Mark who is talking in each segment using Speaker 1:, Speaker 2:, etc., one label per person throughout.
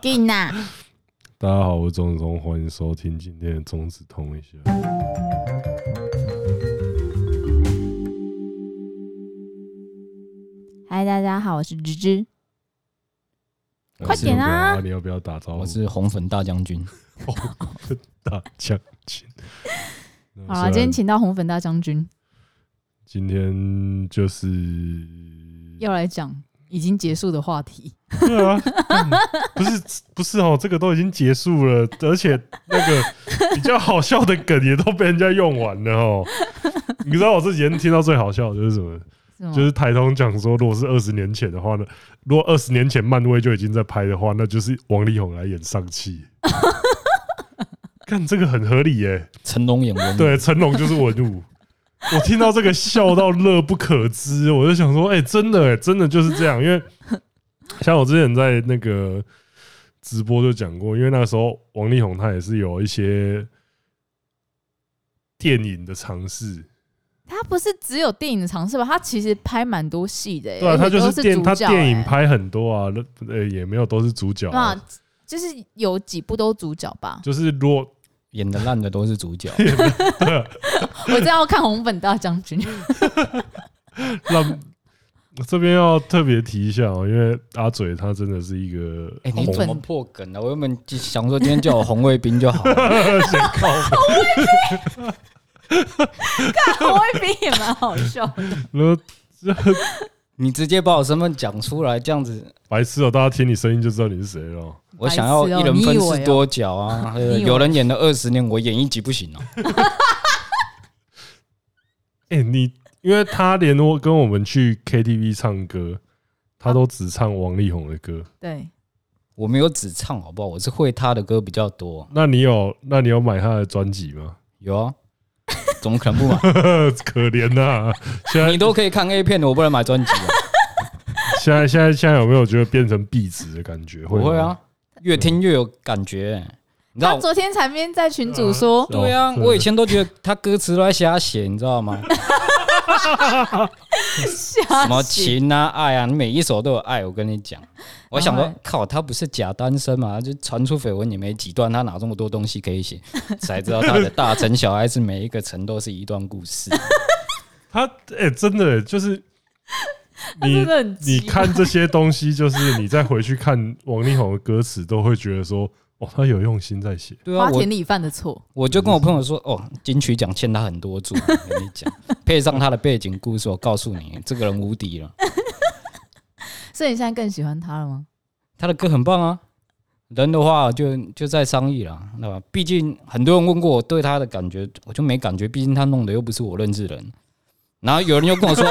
Speaker 1: 给你呐，
Speaker 2: 大家好，我是钟子通，欢迎收听今天的钟子通一下。
Speaker 1: 嗨，大家好，我是芝芝。
Speaker 2: 我
Speaker 1: 快
Speaker 2: 是
Speaker 1: 点啊
Speaker 2: 刘表你要不要打招呼？
Speaker 3: 我是红粉大将军，
Speaker 2: 大将军。那
Speaker 1: 好
Speaker 2: 虽
Speaker 1: 了，
Speaker 2: 然
Speaker 1: 今天请到红粉大将军
Speaker 2: 今天 就是
Speaker 1: 要来讲已经结束的话题。
Speaker 2: 对啊，嗯不是不是哦，这个都已经结束了，而且那个比较好笑的梗也都被人家用完了哦。你知道我这几天听到最好笑的就是什么？
Speaker 1: 是吗？
Speaker 2: 就是台通讲说，如果是二十年前的话呢，如果二十年前漫威就已经在拍的话，那就是王力宏来演上气。看这个很合理耶、
Speaker 3: 成龙演文，
Speaker 2: 对，成龙就是文武。我听到这个笑到乐不可支，我就想说，哎、真的、哎，真的就是这样。因为像我之前在那个直播就讲过，因为那时候王力宏他也是有一些电影的尝试，
Speaker 1: 他不是只有电影的尝试吧？他其实拍蛮多戏的、欸，
Speaker 2: 对啊，
Speaker 1: 而且
Speaker 2: 他就
Speaker 1: 都
Speaker 2: 电
Speaker 1: 主
Speaker 2: 他
Speaker 1: 角
Speaker 2: 电影
Speaker 1: 欸
Speaker 2: 拍很多啊，那呃也没有都是主角啊、
Speaker 1: 啊，就是有几部都主角吧。
Speaker 2: 就是如果
Speaker 3: 演的烂的都是 主角，
Speaker 1: 我真要看红粉大将 军，
Speaker 2: 让这边要特别提一下哦、因为阿嘴他真的是一个
Speaker 3: 哎、
Speaker 2: 红
Speaker 3: 你
Speaker 1: 红
Speaker 3: 怎么破梗了、我原本就想说今天叫我红卫兵就好了，
Speaker 1: 看红卫兵也蛮好笑的。
Speaker 2: 然后
Speaker 3: 你直接把我身份讲出来，这样子，
Speaker 2: 白痴哦、大家听你声音就知道你是谁了。哦
Speaker 3: 我想要
Speaker 1: 哦
Speaker 3: 一人分饰多 角啊！
Speaker 1: 以为哦
Speaker 3: 呃有人演了二十年，我演一集不行哦、
Speaker 2: 哎、你因为他连我跟我们去 KTV 唱歌，他都只唱王力宏的歌。
Speaker 1: 对，
Speaker 3: 我没有只唱好不好？我是会他的歌比较多，
Speaker 2: 那你有那你有买他的专辑吗？
Speaker 3: 有啊，怎么可能不 买？
Speaker 2: 可怜呐、现在
Speaker 3: 你都可以看 A 片的，我不能买专辑啊？
Speaker 2: 现在现在现在有没有觉得变成壁纸的感觉？
Speaker 3: 不会
Speaker 2: 吗
Speaker 3: 啊，，越听越有感觉欸、你知道
Speaker 1: 他昨天才边在群主说，
Speaker 2: 哦
Speaker 3: 对啊，
Speaker 2: 是
Speaker 3: 我以前都觉得他歌词都在瞎写，你知道吗？
Speaker 1: 什
Speaker 3: 什么情啊、爱啊，你每一首都有爱。我跟你讲，我想
Speaker 1: 然
Speaker 3: 说
Speaker 1: 后，
Speaker 3: 靠，他不是假单身嘛？就传出绯闻也没几段，他哪这么多东西可以写？ 才知道他的大城小爱是每一个城都是一段故 事。
Speaker 2: 他哎、真的、就是
Speaker 1: 他
Speaker 2: 你
Speaker 1: 真的很
Speaker 2: 你
Speaker 1: 奇怪
Speaker 2: 看这些东西，就是你再回去看王力宏的歌词，都会觉得说，哦，他有用心 在写。
Speaker 3: 对啊，
Speaker 1: 花
Speaker 3: 我
Speaker 1: 田里犯的错，
Speaker 3: 我就跟我朋友说，哦，金曲奖欠他很多注。我跟你讲，配上他的背景故事，我告诉你，这个人无敌了。
Speaker 1: 所以你现在更喜欢他了吗？
Speaker 3: 他的歌很棒啊。人的话就就在商议啦，对吧？毕竟很多人问过我对他的感觉，我就没感觉，毕竟他弄的又不是我认识的人。然后有人又跟我说，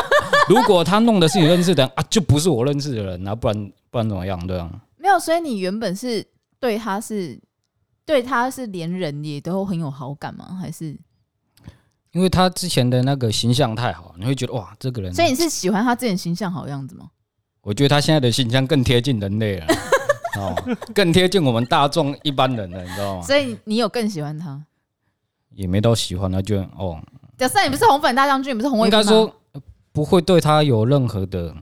Speaker 3: 如果他弄的是你认识的人啊，就不是我认识的人啊，不然不然怎么样？对啊，
Speaker 1: 没有，所以你原本是对他是对他是连人也都很有好感吗？还是
Speaker 3: 因为他之前的那个形象太好，你会觉得哇，这个人，
Speaker 1: 所以你是喜欢他之前形象好样子吗？
Speaker 3: 我觉得他现在的形象更贴近人类 了，哦，更贴近我们大众一般人了，你知道吗？
Speaker 1: 所以你有更喜欢他？
Speaker 3: 也没到喜欢他，就哦，
Speaker 1: 假设你不是红粉大将军，你不是红卫
Speaker 3: 应
Speaker 1: 兵吗啊
Speaker 3: 该说呃不会对他有任何的，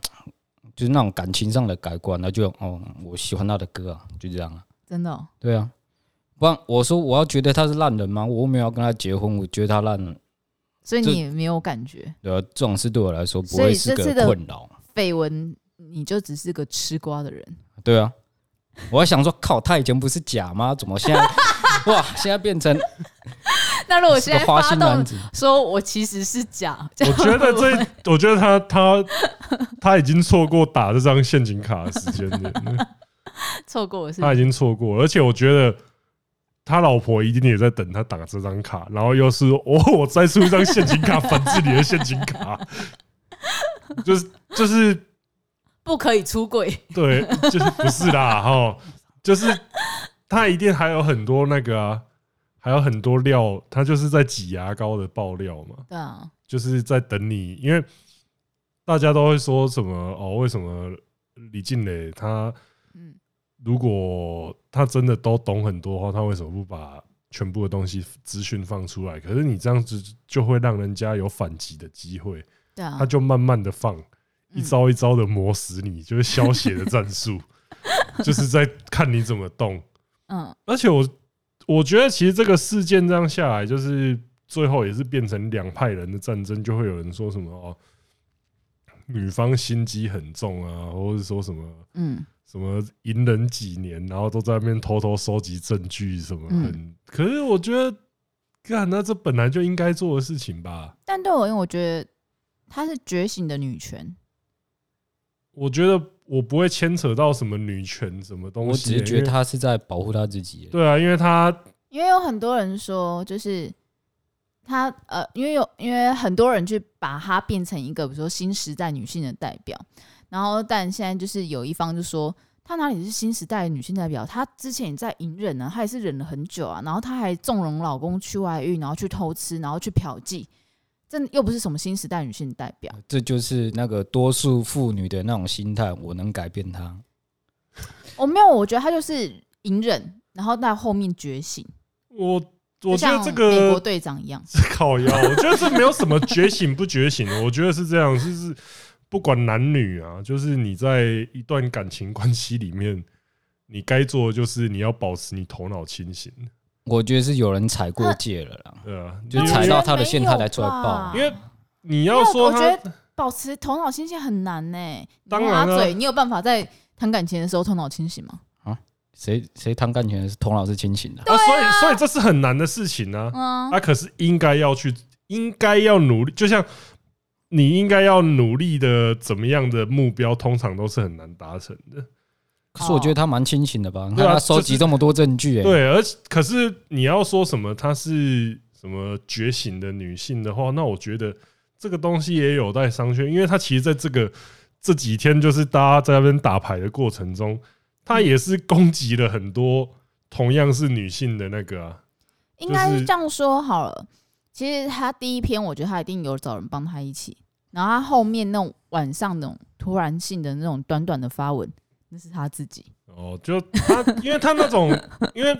Speaker 3: 就是那种感情上的改观，那就哦，我喜欢他的歌啊，就这样啊，
Speaker 1: 真的哦、
Speaker 3: 对啊，不然我说我要觉得他是烂人吗？我又没有要跟他结婚，我觉得他烂人，
Speaker 1: 所以
Speaker 3: 这
Speaker 1: 你也没有感觉
Speaker 3: 对啊，这种事对我来说不
Speaker 1: 所以
Speaker 3: 会是
Speaker 1: 这次的
Speaker 3: 个困扰，
Speaker 1: 绯闻，你就只是个吃瓜的人。
Speaker 3: 对啊，我还想说，靠，他以前不是假吗？怎么现在 哇，现在变成
Speaker 1: 那如果
Speaker 3: 是
Speaker 1: 现
Speaker 3: 个
Speaker 1: 在
Speaker 3: 花
Speaker 1: 发
Speaker 3: 心
Speaker 1: 动
Speaker 3: 男子？
Speaker 1: 说我其实是假，这
Speaker 2: 我
Speaker 1: 样
Speaker 2: 觉得这，我觉得他他他已经错过打这张陷阱卡的时间 点了，
Speaker 1: 错过我是
Speaker 2: 他已经错过了，而且我觉得。他老婆一定也在等他打这张卡，然后又是哦，我再出一张陷阱卡 反制你的陷阱卡，就是就是
Speaker 1: 不可以出轨。
Speaker 2: 对，就是不是啦， 哈，就是他一定还有很多那个啊，还有很多料，他就是在挤牙膏的爆料嘛，
Speaker 1: 对啊，
Speaker 2: 就是在等你，因为大家都会说什么哦，为什么李静蕾她
Speaker 1: 嗯，
Speaker 2: 如果她真的都懂很多的话，她为什么不把全部的东西资讯放出来？可是你这样子就会让人家有反击的机会，
Speaker 1: 对啊
Speaker 2: 他，就慢慢的放，
Speaker 1: 嗯
Speaker 2: 一招一招的磨死你，就是消血的战术。 就是在看你怎么动。
Speaker 1: 嗯，
Speaker 2: 而且我我觉得其实这个事件这样下来，就是最后也是变成两派人的战争，就会有人说什么哦，女方心机很重啊，或者说什么
Speaker 1: 嗯，
Speaker 2: 什么隐忍几年，然后都在那边偷偷收集证据什么
Speaker 1: 嗯
Speaker 2: 很。可是我觉得，干那这本来就应该做的事情吧。
Speaker 1: 但对我而言，我觉得她是觉醒的女权，
Speaker 2: 我觉得我不会牵扯到什么女权什么东
Speaker 3: 我
Speaker 2: 西、
Speaker 3: 只是觉
Speaker 2: 因
Speaker 3: 得
Speaker 2: 为
Speaker 3: 他是在保护他自己。
Speaker 2: 对啊，因为他
Speaker 1: 因为有很多人说，就是她呃，因为有因为很多人去把她变成一个比如说新时代女性的代表，然后但现在就是有一方就说。她哪里是新时代的女性代表？她之前也在隐忍啊，她也是忍了很久啊，然后她还纵容老公去外遇，然后去偷吃，然后去嫖妓，这又不是什么新时代女性代表。
Speaker 3: 这就是那个多数妇女的那种心态，我能改变她。
Speaker 1: 我没有，我觉得她就是隐忍，然后到后面觉醒，
Speaker 2: 我
Speaker 1: 就
Speaker 2: 我觉
Speaker 1: 像
Speaker 2: 得这
Speaker 1: 美
Speaker 2: 个
Speaker 1: 国队长一样。
Speaker 2: 靠腰，我觉得这没有什么觉醒 不觉醒的，我觉得是这样，就是不管男女啊，就是你在一段感情关系里面，你该做的就是你要保持你头脑清醒，
Speaker 3: 我觉得是有人踩过界了啦。
Speaker 2: 对啊，
Speaker 3: 就
Speaker 2: 因为
Speaker 3: 踩到他的
Speaker 1: 没
Speaker 3: 线
Speaker 1: 有
Speaker 3: 他才出来
Speaker 1: 吧
Speaker 3: 爆
Speaker 2: 因为你要说
Speaker 1: 我觉
Speaker 2: 他
Speaker 1: 得啊保持头脑清醒很难呢、你
Speaker 2: 当
Speaker 1: 看
Speaker 2: 然
Speaker 1: 阿
Speaker 2: 啊
Speaker 1: 嘴，你有办法在谈感情的时候头脑清醒吗？
Speaker 3: 谁谁贪感情的是头脑是清醒的，
Speaker 2: 啊，所以所以这是很难的事情啊，
Speaker 1: 嗯，
Speaker 2: 啊，可是应该要去，应该要努力，就像。你应该要努力的，怎么样的目标，通常都是很难达成的。
Speaker 3: 可是我觉得他蛮清醒的吧？你看
Speaker 2: 对啊
Speaker 3: 他收集这么多证据、欸，
Speaker 2: 对，而且可是你要说什么她是什么觉醒的女性的话，那我觉得这个东西也有待商榷，因为她其实在这个这几天就是大家在那边打牌的过程中，她也是攻击了很多同样是女性的那个啊，
Speaker 1: 应该
Speaker 2: 就是
Speaker 1: 是这样说好了。其实他第一篇，我觉得他一定有找人帮他一起，然后他后面那种晚上那种突然性的那种短短的发文，那是他自己。
Speaker 2: 哦，就她，因为她那种，因为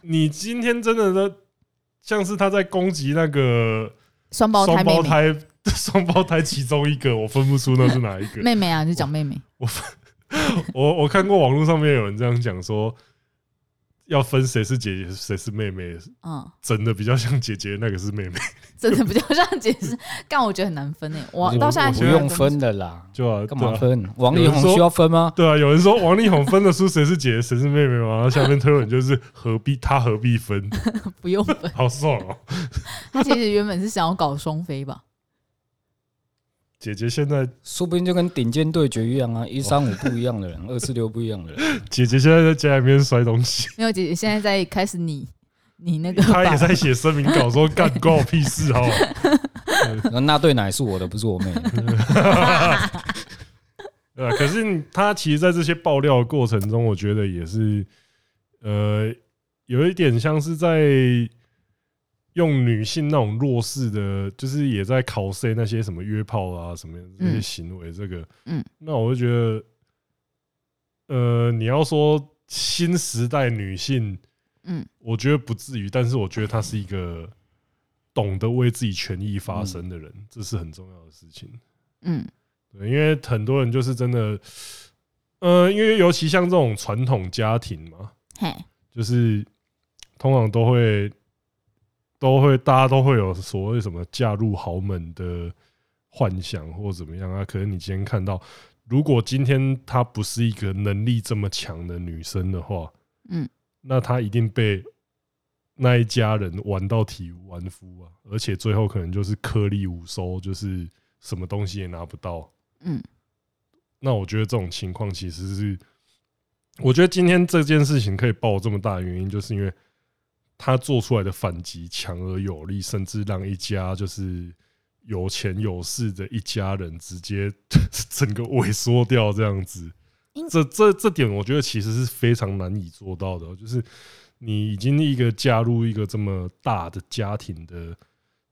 Speaker 2: 你今天真的都像是她在攻击那个
Speaker 1: 双胞胎
Speaker 2: 双
Speaker 1: 妹
Speaker 2: 胞
Speaker 1: 妹，
Speaker 2: 胎。 双胞胎其中一个，我分不出那是哪一个。
Speaker 1: 妹妹啊，就讲妹妹。
Speaker 2: 我我看过网络上面有人这样讲说，要分谁是姐姐谁是妹妹，
Speaker 1: 嗯，
Speaker 2: 真的比较像姐姐，那个是妹妹，
Speaker 1: 真的比较像解释， 但我觉得很难分诶、我
Speaker 3: 我
Speaker 1: 到现在
Speaker 3: 我不
Speaker 1: 觉得
Speaker 3: 用
Speaker 1: 真的
Speaker 3: 分的啦，
Speaker 2: 就啊，
Speaker 3: 干
Speaker 2: 对
Speaker 3: 嘛
Speaker 2: 啊？
Speaker 3: 分？王力
Speaker 2: 有人
Speaker 3: 宏
Speaker 2: 说
Speaker 3: 需要分吗？
Speaker 2: 对啊，有人说王力宏分得出谁是姐姐谁是妹妹吗？然后下面推文就是何必他何必分，
Speaker 1: 不用分。
Speaker 2: 好爽哦、
Speaker 1: 他其实原本是想要搞双飞吧？
Speaker 2: 姐姐现在
Speaker 3: 说不定就跟顶尖对决一样啊，一三五不一样的人， 二四六不一样的人，
Speaker 2: 姐姐现在在家里面摔东西，
Speaker 1: 没有姐姐现在在开始你你那个
Speaker 2: 她
Speaker 1: 吧
Speaker 2: 也在写声明稿 说干关我屁事哦。
Speaker 3: 然后那对奶是我的，不是我 妹。
Speaker 2: 对啊，可是你他其实，在这些爆料的过程中，我觉得也是，呃，有一点像是在用女性那种弱势的，就是也在考 C 那些什么约炮啊、什么这些
Speaker 1: 嗯
Speaker 2: 行为，这个，
Speaker 1: 嗯，
Speaker 2: 那我就觉得，呃，你要说新时代女性，
Speaker 1: 嗯
Speaker 2: 我觉得不至于，但是我觉得她是一个懂得为自己权益发声的人，这是很重要的事情。
Speaker 1: 嗯
Speaker 2: 对，因为很多人就是真的，呃，因为尤其像这种传统家庭嘛，
Speaker 1: 嘿
Speaker 2: 就是通常都会都会大家都会有所谓什么嫁入豪门的幻想或怎么样啊。可是你今天看到，如果今天她不是一个能力这么强的女生的话，
Speaker 1: 嗯，
Speaker 2: 那她一定被那一家人玩到体无完肤啊，而且最后可能就是颗粒无收，就是什么东西也拿不到。
Speaker 1: 嗯
Speaker 2: 那我觉得这种情况其实是，我觉得今天这件事情可以爆这么大的原因，就是因为他做出来的反击强而有力，甚至让一家就是有钱有势的一家人直接 整个萎缩掉这样子
Speaker 1: 因。
Speaker 2: 这这这点，我觉得其实是非常难以做到的哦，就是你已经一个加入一个这么大的家庭的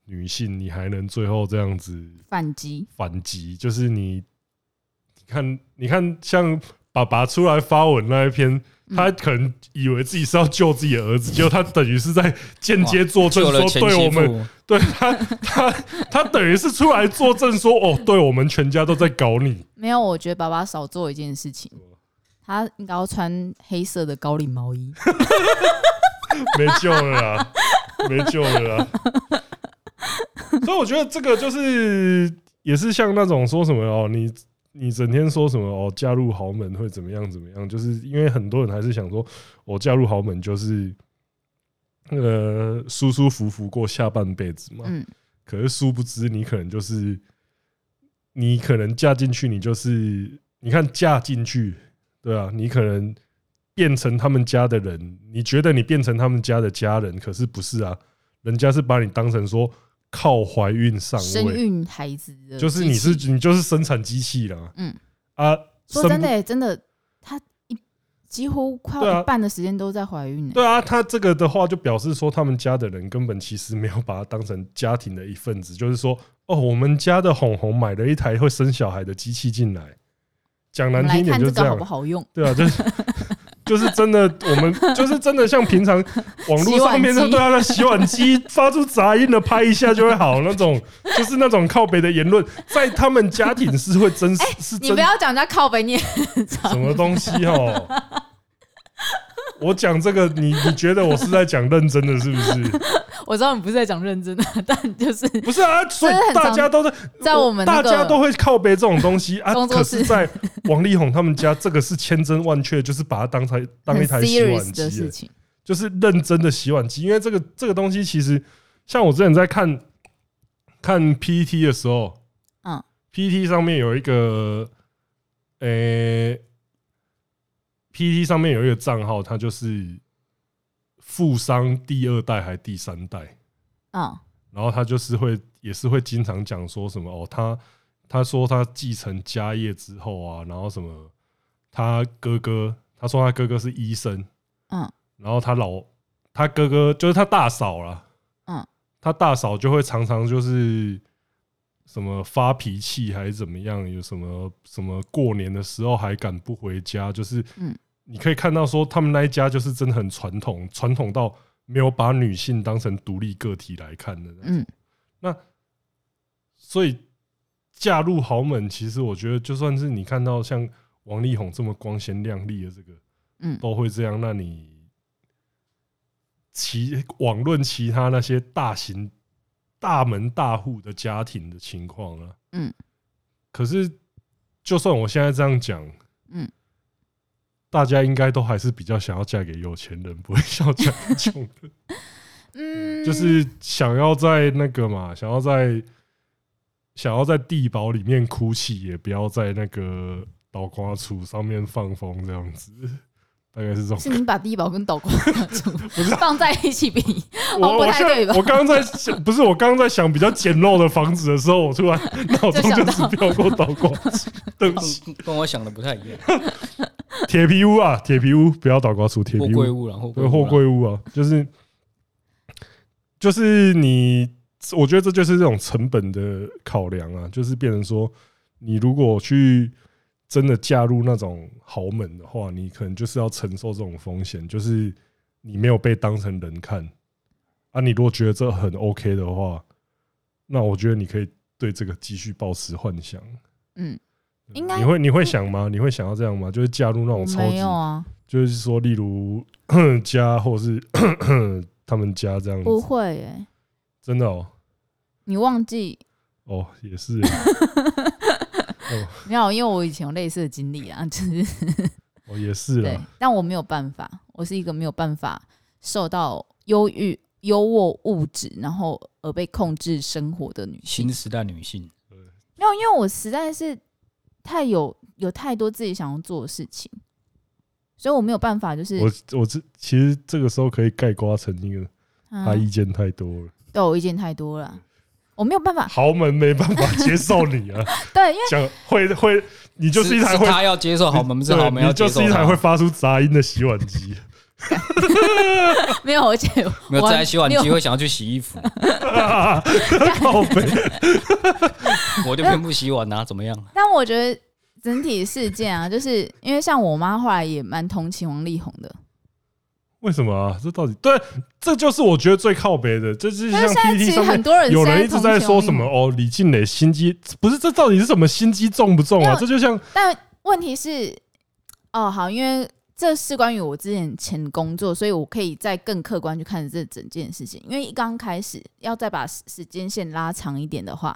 Speaker 2: 女性，你还能最后这样子
Speaker 1: 反击，
Speaker 2: 反击，就是你，你看，你看，像爸爸出来发文那一篇，
Speaker 1: 嗯
Speaker 2: 他可能以为自己是要救自己的儿子，结果他等于是在间接作证
Speaker 3: 救了
Speaker 2: 说，
Speaker 3: 前
Speaker 2: 对
Speaker 3: 妻
Speaker 2: 我们，
Speaker 3: 妇，
Speaker 2: 对他，他，他等于是出来作 证说，哦，对我们全家都在搞你，
Speaker 1: 没有，我觉得爸爸少做一件事情，他应该要穿黑色的高领毛衣。
Speaker 2: 没救了啦，没救了啦。所以我觉得这个就是也是像那种说什么哦，你你整天说什么哦，嫁入豪门会怎么样怎么样，就是因为很多人还是想说，我、嫁入豪门就是呃舒舒服服过下半辈子嘛。
Speaker 1: 嗯，
Speaker 2: 可是殊不知，你可能就是你可能嫁进去，你就是你看嫁进去，对啊，你可能变成他们家的人，你觉得你变成他们家的家人，可是不是啊，人家是把你当成说靠怀孕上
Speaker 1: 生
Speaker 2: 位，
Speaker 1: 育孩子的
Speaker 2: 就是你
Speaker 1: 机器
Speaker 2: 是你就是生产机器啦，
Speaker 1: 嗯
Speaker 2: 啊，
Speaker 1: 说真
Speaker 2: 生不
Speaker 1: 的、欸，真的，他一几乎快
Speaker 2: 对啊
Speaker 1: 要一半的时间都在怀孕、欸。
Speaker 2: 对啊，他这个的话就表示说，他们家的人根本其实没有把他当成家庭的一份子，就是说，哦，我们家的红红买了一台会生小孩的机器进来，
Speaker 1: 我
Speaker 2: 讲难
Speaker 1: 们
Speaker 2: 听
Speaker 1: 来看
Speaker 2: 一点就
Speaker 1: 这
Speaker 2: 是这
Speaker 1: 个好
Speaker 2: 样
Speaker 1: 不，好用？
Speaker 2: 对啊，就是就是真的，我们就是真的像平常网络上面
Speaker 1: 洗碗机
Speaker 2: 对啊，那洗碗机发出杂音的拍一下就会好那种，就是那种靠北的言论，在他们家庭是会真实是
Speaker 1: 哎你
Speaker 2: 真
Speaker 1: 不要讲人家靠北，你也
Speaker 2: 什么东西哦？ 我讲这个，你你觉得我是在讲认真的，是不是？
Speaker 1: 我知道你不是在讲认真的， 但就是
Speaker 2: 不是啊，所以
Speaker 1: 真的很常
Speaker 2: 大家都在
Speaker 1: 在我们
Speaker 2: 大
Speaker 1: 那个
Speaker 2: 家都会靠背这种东西啊。
Speaker 1: 工作
Speaker 2: 可是，
Speaker 1: 室
Speaker 2: 在王力宏他们家，这个是千真万确，就是把它当成当
Speaker 1: 很
Speaker 2: 一台洗碗
Speaker 1: serious
Speaker 2: 机、
Speaker 1: 的事
Speaker 2: 欸，
Speaker 1: 情。
Speaker 2: 就是认真的洗碗机。因为这个这个东西，其实像我之前在看看 PPT 的时候，
Speaker 1: 嗯
Speaker 2: ，PPT 上面有一个，呃、p E t 上面有一个账号，它就是富商第二代还第三代，
Speaker 1: 嗯，
Speaker 2: 然后他就是会也是会经常讲说什么哦，他他说他继承家业之后啊，然后什么他哥哥，他说他哥哥是医生，
Speaker 1: 嗯，
Speaker 2: 然后他老他哥哥就是他大嫂啦，
Speaker 1: 嗯，
Speaker 2: 他大嫂就会常常就是什么发脾气还是怎么样，有什么什么过年的时候还赶不回家，就是
Speaker 1: 嗯
Speaker 2: 你可以看到说他们那一家就是真的很传统，传统到没有把女性当成独立个体来看的，
Speaker 1: 嗯，
Speaker 2: 所以嫁入豪门，其实我觉得就算是你看到像王力宏这么光鲜亮丽的这个，
Speaker 1: 嗯
Speaker 2: 都会这样，那你其网论其他那些大型大门大户的家庭的情况啊，
Speaker 1: 嗯，
Speaker 2: 可是就算我现在这样讲，
Speaker 1: 嗯。
Speaker 2: 大家应该都还是比较想要嫁给有钱人，不会想要嫁给穷人。
Speaker 1: 嗯，
Speaker 2: 就是想要在那个嘛，想要在想要在地堡里面哭泣，也不要在那个倒瓜处上面放风，这样子， 大概是这种。
Speaker 1: 是你把低保跟倒挂
Speaker 2: 是
Speaker 1: 放在一起比，
Speaker 2: 我
Speaker 1: 哦不
Speaker 2: 我
Speaker 1: 太
Speaker 2: 现在
Speaker 1: 对吧
Speaker 2: 我刚刚在 想，不是我刚刚在想比较简陋的房子的时候，我突然脑中
Speaker 1: 就想
Speaker 2: 就
Speaker 1: 到
Speaker 2: 是飘过倒瓜 处，对不起，
Speaker 3: 跟 跟我想的不太一样。
Speaker 2: 铁皮屋啊，铁皮屋，不要倒瓜处，铁
Speaker 3: 货
Speaker 2: 皮屋
Speaker 3: 柜。屋啦，货 柜
Speaker 2: 对，
Speaker 3: 屋啦
Speaker 2: 货柜屋啊，就是就是你，我觉得这就是这种成本的考量啊，就是变成说，你如果去真的嫁入那种豪门的话，你可能就是要承受这种风险，就是你没有被当成人看啊。你如果觉得这很 OK 的话，那我觉得你可以对这个继续保持幻想。
Speaker 1: 嗯，应该
Speaker 2: 你会你会想吗？你会想要这样吗？就是嫁入那 种
Speaker 1: 我
Speaker 2: 超级
Speaker 1: 没有啊，
Speaker 2: 就是说，例如 家或是 他们家这样子，
Speaker 1: 不会耶，
Speaker 2: 真的哦，
Speaker 1: 你忘记
Speaker 2: 哦，也是耶，
Speaker 1: 没有？因为我以前有类似的经历啊，就是
Speaker 2: 哦，也是
Speaker 1: 对
Speaker 2: 啦，，
Speaker 1: 但我没有办法，我是一个没有办法受到忧郁、优渥物质，然后而被控制生活的女性
Speaker 3: 新。时代女性，
Speaker 1: 没有，因为我实在是太有有太多自己想要做的事情，所以我没有办法，就是
Speaker 2: 我我这其实这个时候可以盖瓜成一个，他意
Speaker 1: 嗯，
Speaker 2: 见太多了，
Speaker 1: 对我意见太多了，我没有办法。
Speaker 2: 豪门没办法接受你啊，
Speaker 1: 对，因为
Speaker 2: 讲会会，你就是一台会，
Speaker 3: 他要接受豪门，不是豪门
Speaker 2: 对
Speaker 3: 要
Speaker 2: 你就
Speaker 3: 接受
Speaker 2: 是一台
Speaker 3: 他
Speaker 2: 会发出杂音的洗碗 机，
Speaker 1: 没有，而且
Speaker 3: 没有
Speaker 1: 我
Speaker 3: 这台洗碗
Speaker 1: 六
Speaker 3: 机会想要去洗衣服，
Speaker 2: 靠背，
Speaker 3: 我就偏不洗碗啊，怎么样？
Speaker 1: 但我觉得整体事件啊，就是因为像我妈后来也蛮同情王力宏的，
Speaker 2: 为什么啊？这到底对？这就是我觉得最靠北的，这就是
Speaker 1: 但
Speaker 2: 像
Speaker 1: 是现在
Speaker 2: PPT
Speaker 1: 其实
Speaker 2: 上面
Speaker 1: 很多人
Speaker 2: 有
Speaker 1: 现
Speaker 2: 人一直
Speaker 1: 同情
Speaker 2: 在
Speaker 1: 王
Speaker 2: 说
Speaker 1: 力
Speaker 2: 什么
Speaker 1: 宏，
Speaker 2: 哦，李静蕾心机不是这到底是什么心机重不重
Speaker 1: 没
Speaker 2: 啊？
Speaker 1: 有
Speaker 2: 这就像
Speaker 1: 但问题是哦，好，因为这是关于我之前前工作，所以我可以再更客观去看这整件事情。因为一刚开始要再把时时间线拉长一点的话，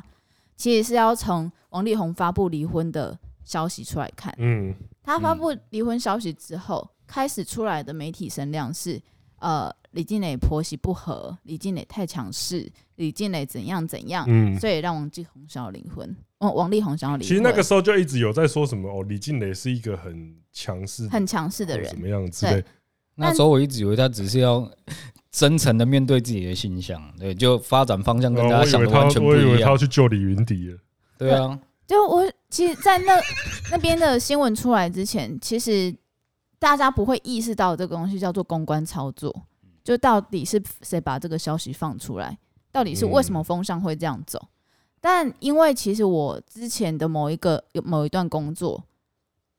Speaker 1: 其实是要从王力宏发布离婚的消息出来看。
Speaker 2: 嗯，
Speaker 1: 他发布离婚消息之后，开始出来的媒体声量是，呃，李静蕾婆媳不和，李静蕾太强势，李静蕾怎样怎样，
Speaker 2: 嗯
Speaker 1: 所以让王力宏想要离婚，哦王王力宏想要离
Speaker 2: 其
Speaker 1: 婚。
Speaker 2: 实那个时候就一直有在说什么哦，李静蕾是一个很强势、
Speaker 1: 很强势的
Speaker 2: 怎
Speaker 1: 人，
Speaker 2: 么样之类。
Speaker 3: 那时候我一直以为他只是要真诚的面对自己的形象，对，就发展方向
Speaker 2: 哦
Speaker 3: 跟大
Speaker 2: 我
Speaker 3: 家
Speaker 2: 以
Speaker 3: 想
Speaker 2: 为
Speaker 3: 的
Speaker 2: 他
Speaker 3: 完全，不
Speaker 2: 我以
Speaker 3: 一
Speaker 2: 为他
Speaker 3: 样
Speaker 2: 要。去救李云迪了。
Speaker 3: 对啊，
Speaker 1: 就我其实，在那那边的新闻出来之前，其实大家不会意识到这个东西叫做公关操作，就到底是谁把这个消息放出来，到底是为什么风向会这样走。但因为其实我之前的某一个有某一段工作，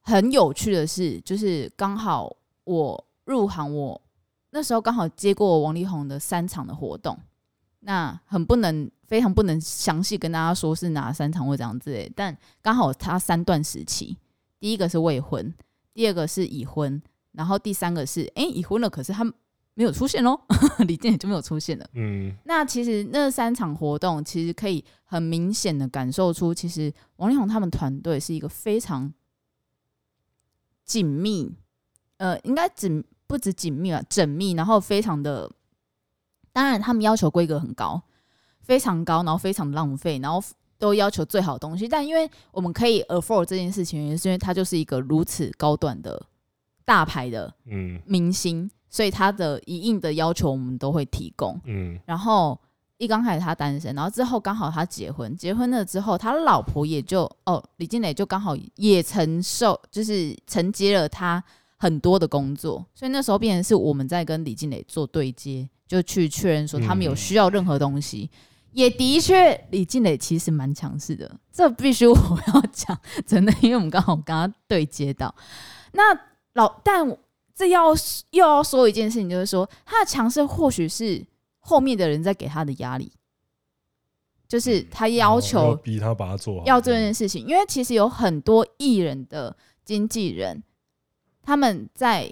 Speaker 1: 很有趣的是，就是刚好我入行我，那时候刚好接过王力宏的三场的活动，那很不能非常不能详细跟大家说是哪三场或怎样之类，但刚好他三段时期，第一个是未婚，第二个是已婚，然后第三个是诶已婚了，可是他没有出现哦， 李健也就没有出现了。
Speaker 2: 嗯，
Speaker 1: 那其实那三场活动，其实可以很明显的感受出，其实王力宏他们团队是一个非常紧密，呃，应该紧不止紧密啊，缜密，然后非常的，当然他们要求规格很高，非常高，然后非常浪费，然后都要求最好的东西。但因为我们可以 afford 这件事情，原因是因为它就是一个如此高端的大牌的
Speaker 2: 嗯
Speaker 1: 明星，所以他的一应的要求我们都会提供。
Speaker 2: 嗯
Speaker 1: 然后一刚开始他单身，然后之后刚好他结婚，结婚了之后他老婆也就哦，李金磊就刚好也承受，就是承接了他很多的工作，所以那时候变成是我们在跟李金磊做对接，就去确认说他们有需要任何东西。也的确，李静蕾其实蛮强势的，这必须我 要讲，真的，因为我们刚好跟他对接到。那老，但这要又要说一件事情，就是说他的强势或许是后面的人在给他的压力，就是他要
Speaker 2: 哦
Speaker 1: 求
Speaker 2: 逼他把它做好，嗯
Speaker 1: 要做这件事情，因为其实有很多艺人的经纪人，他们在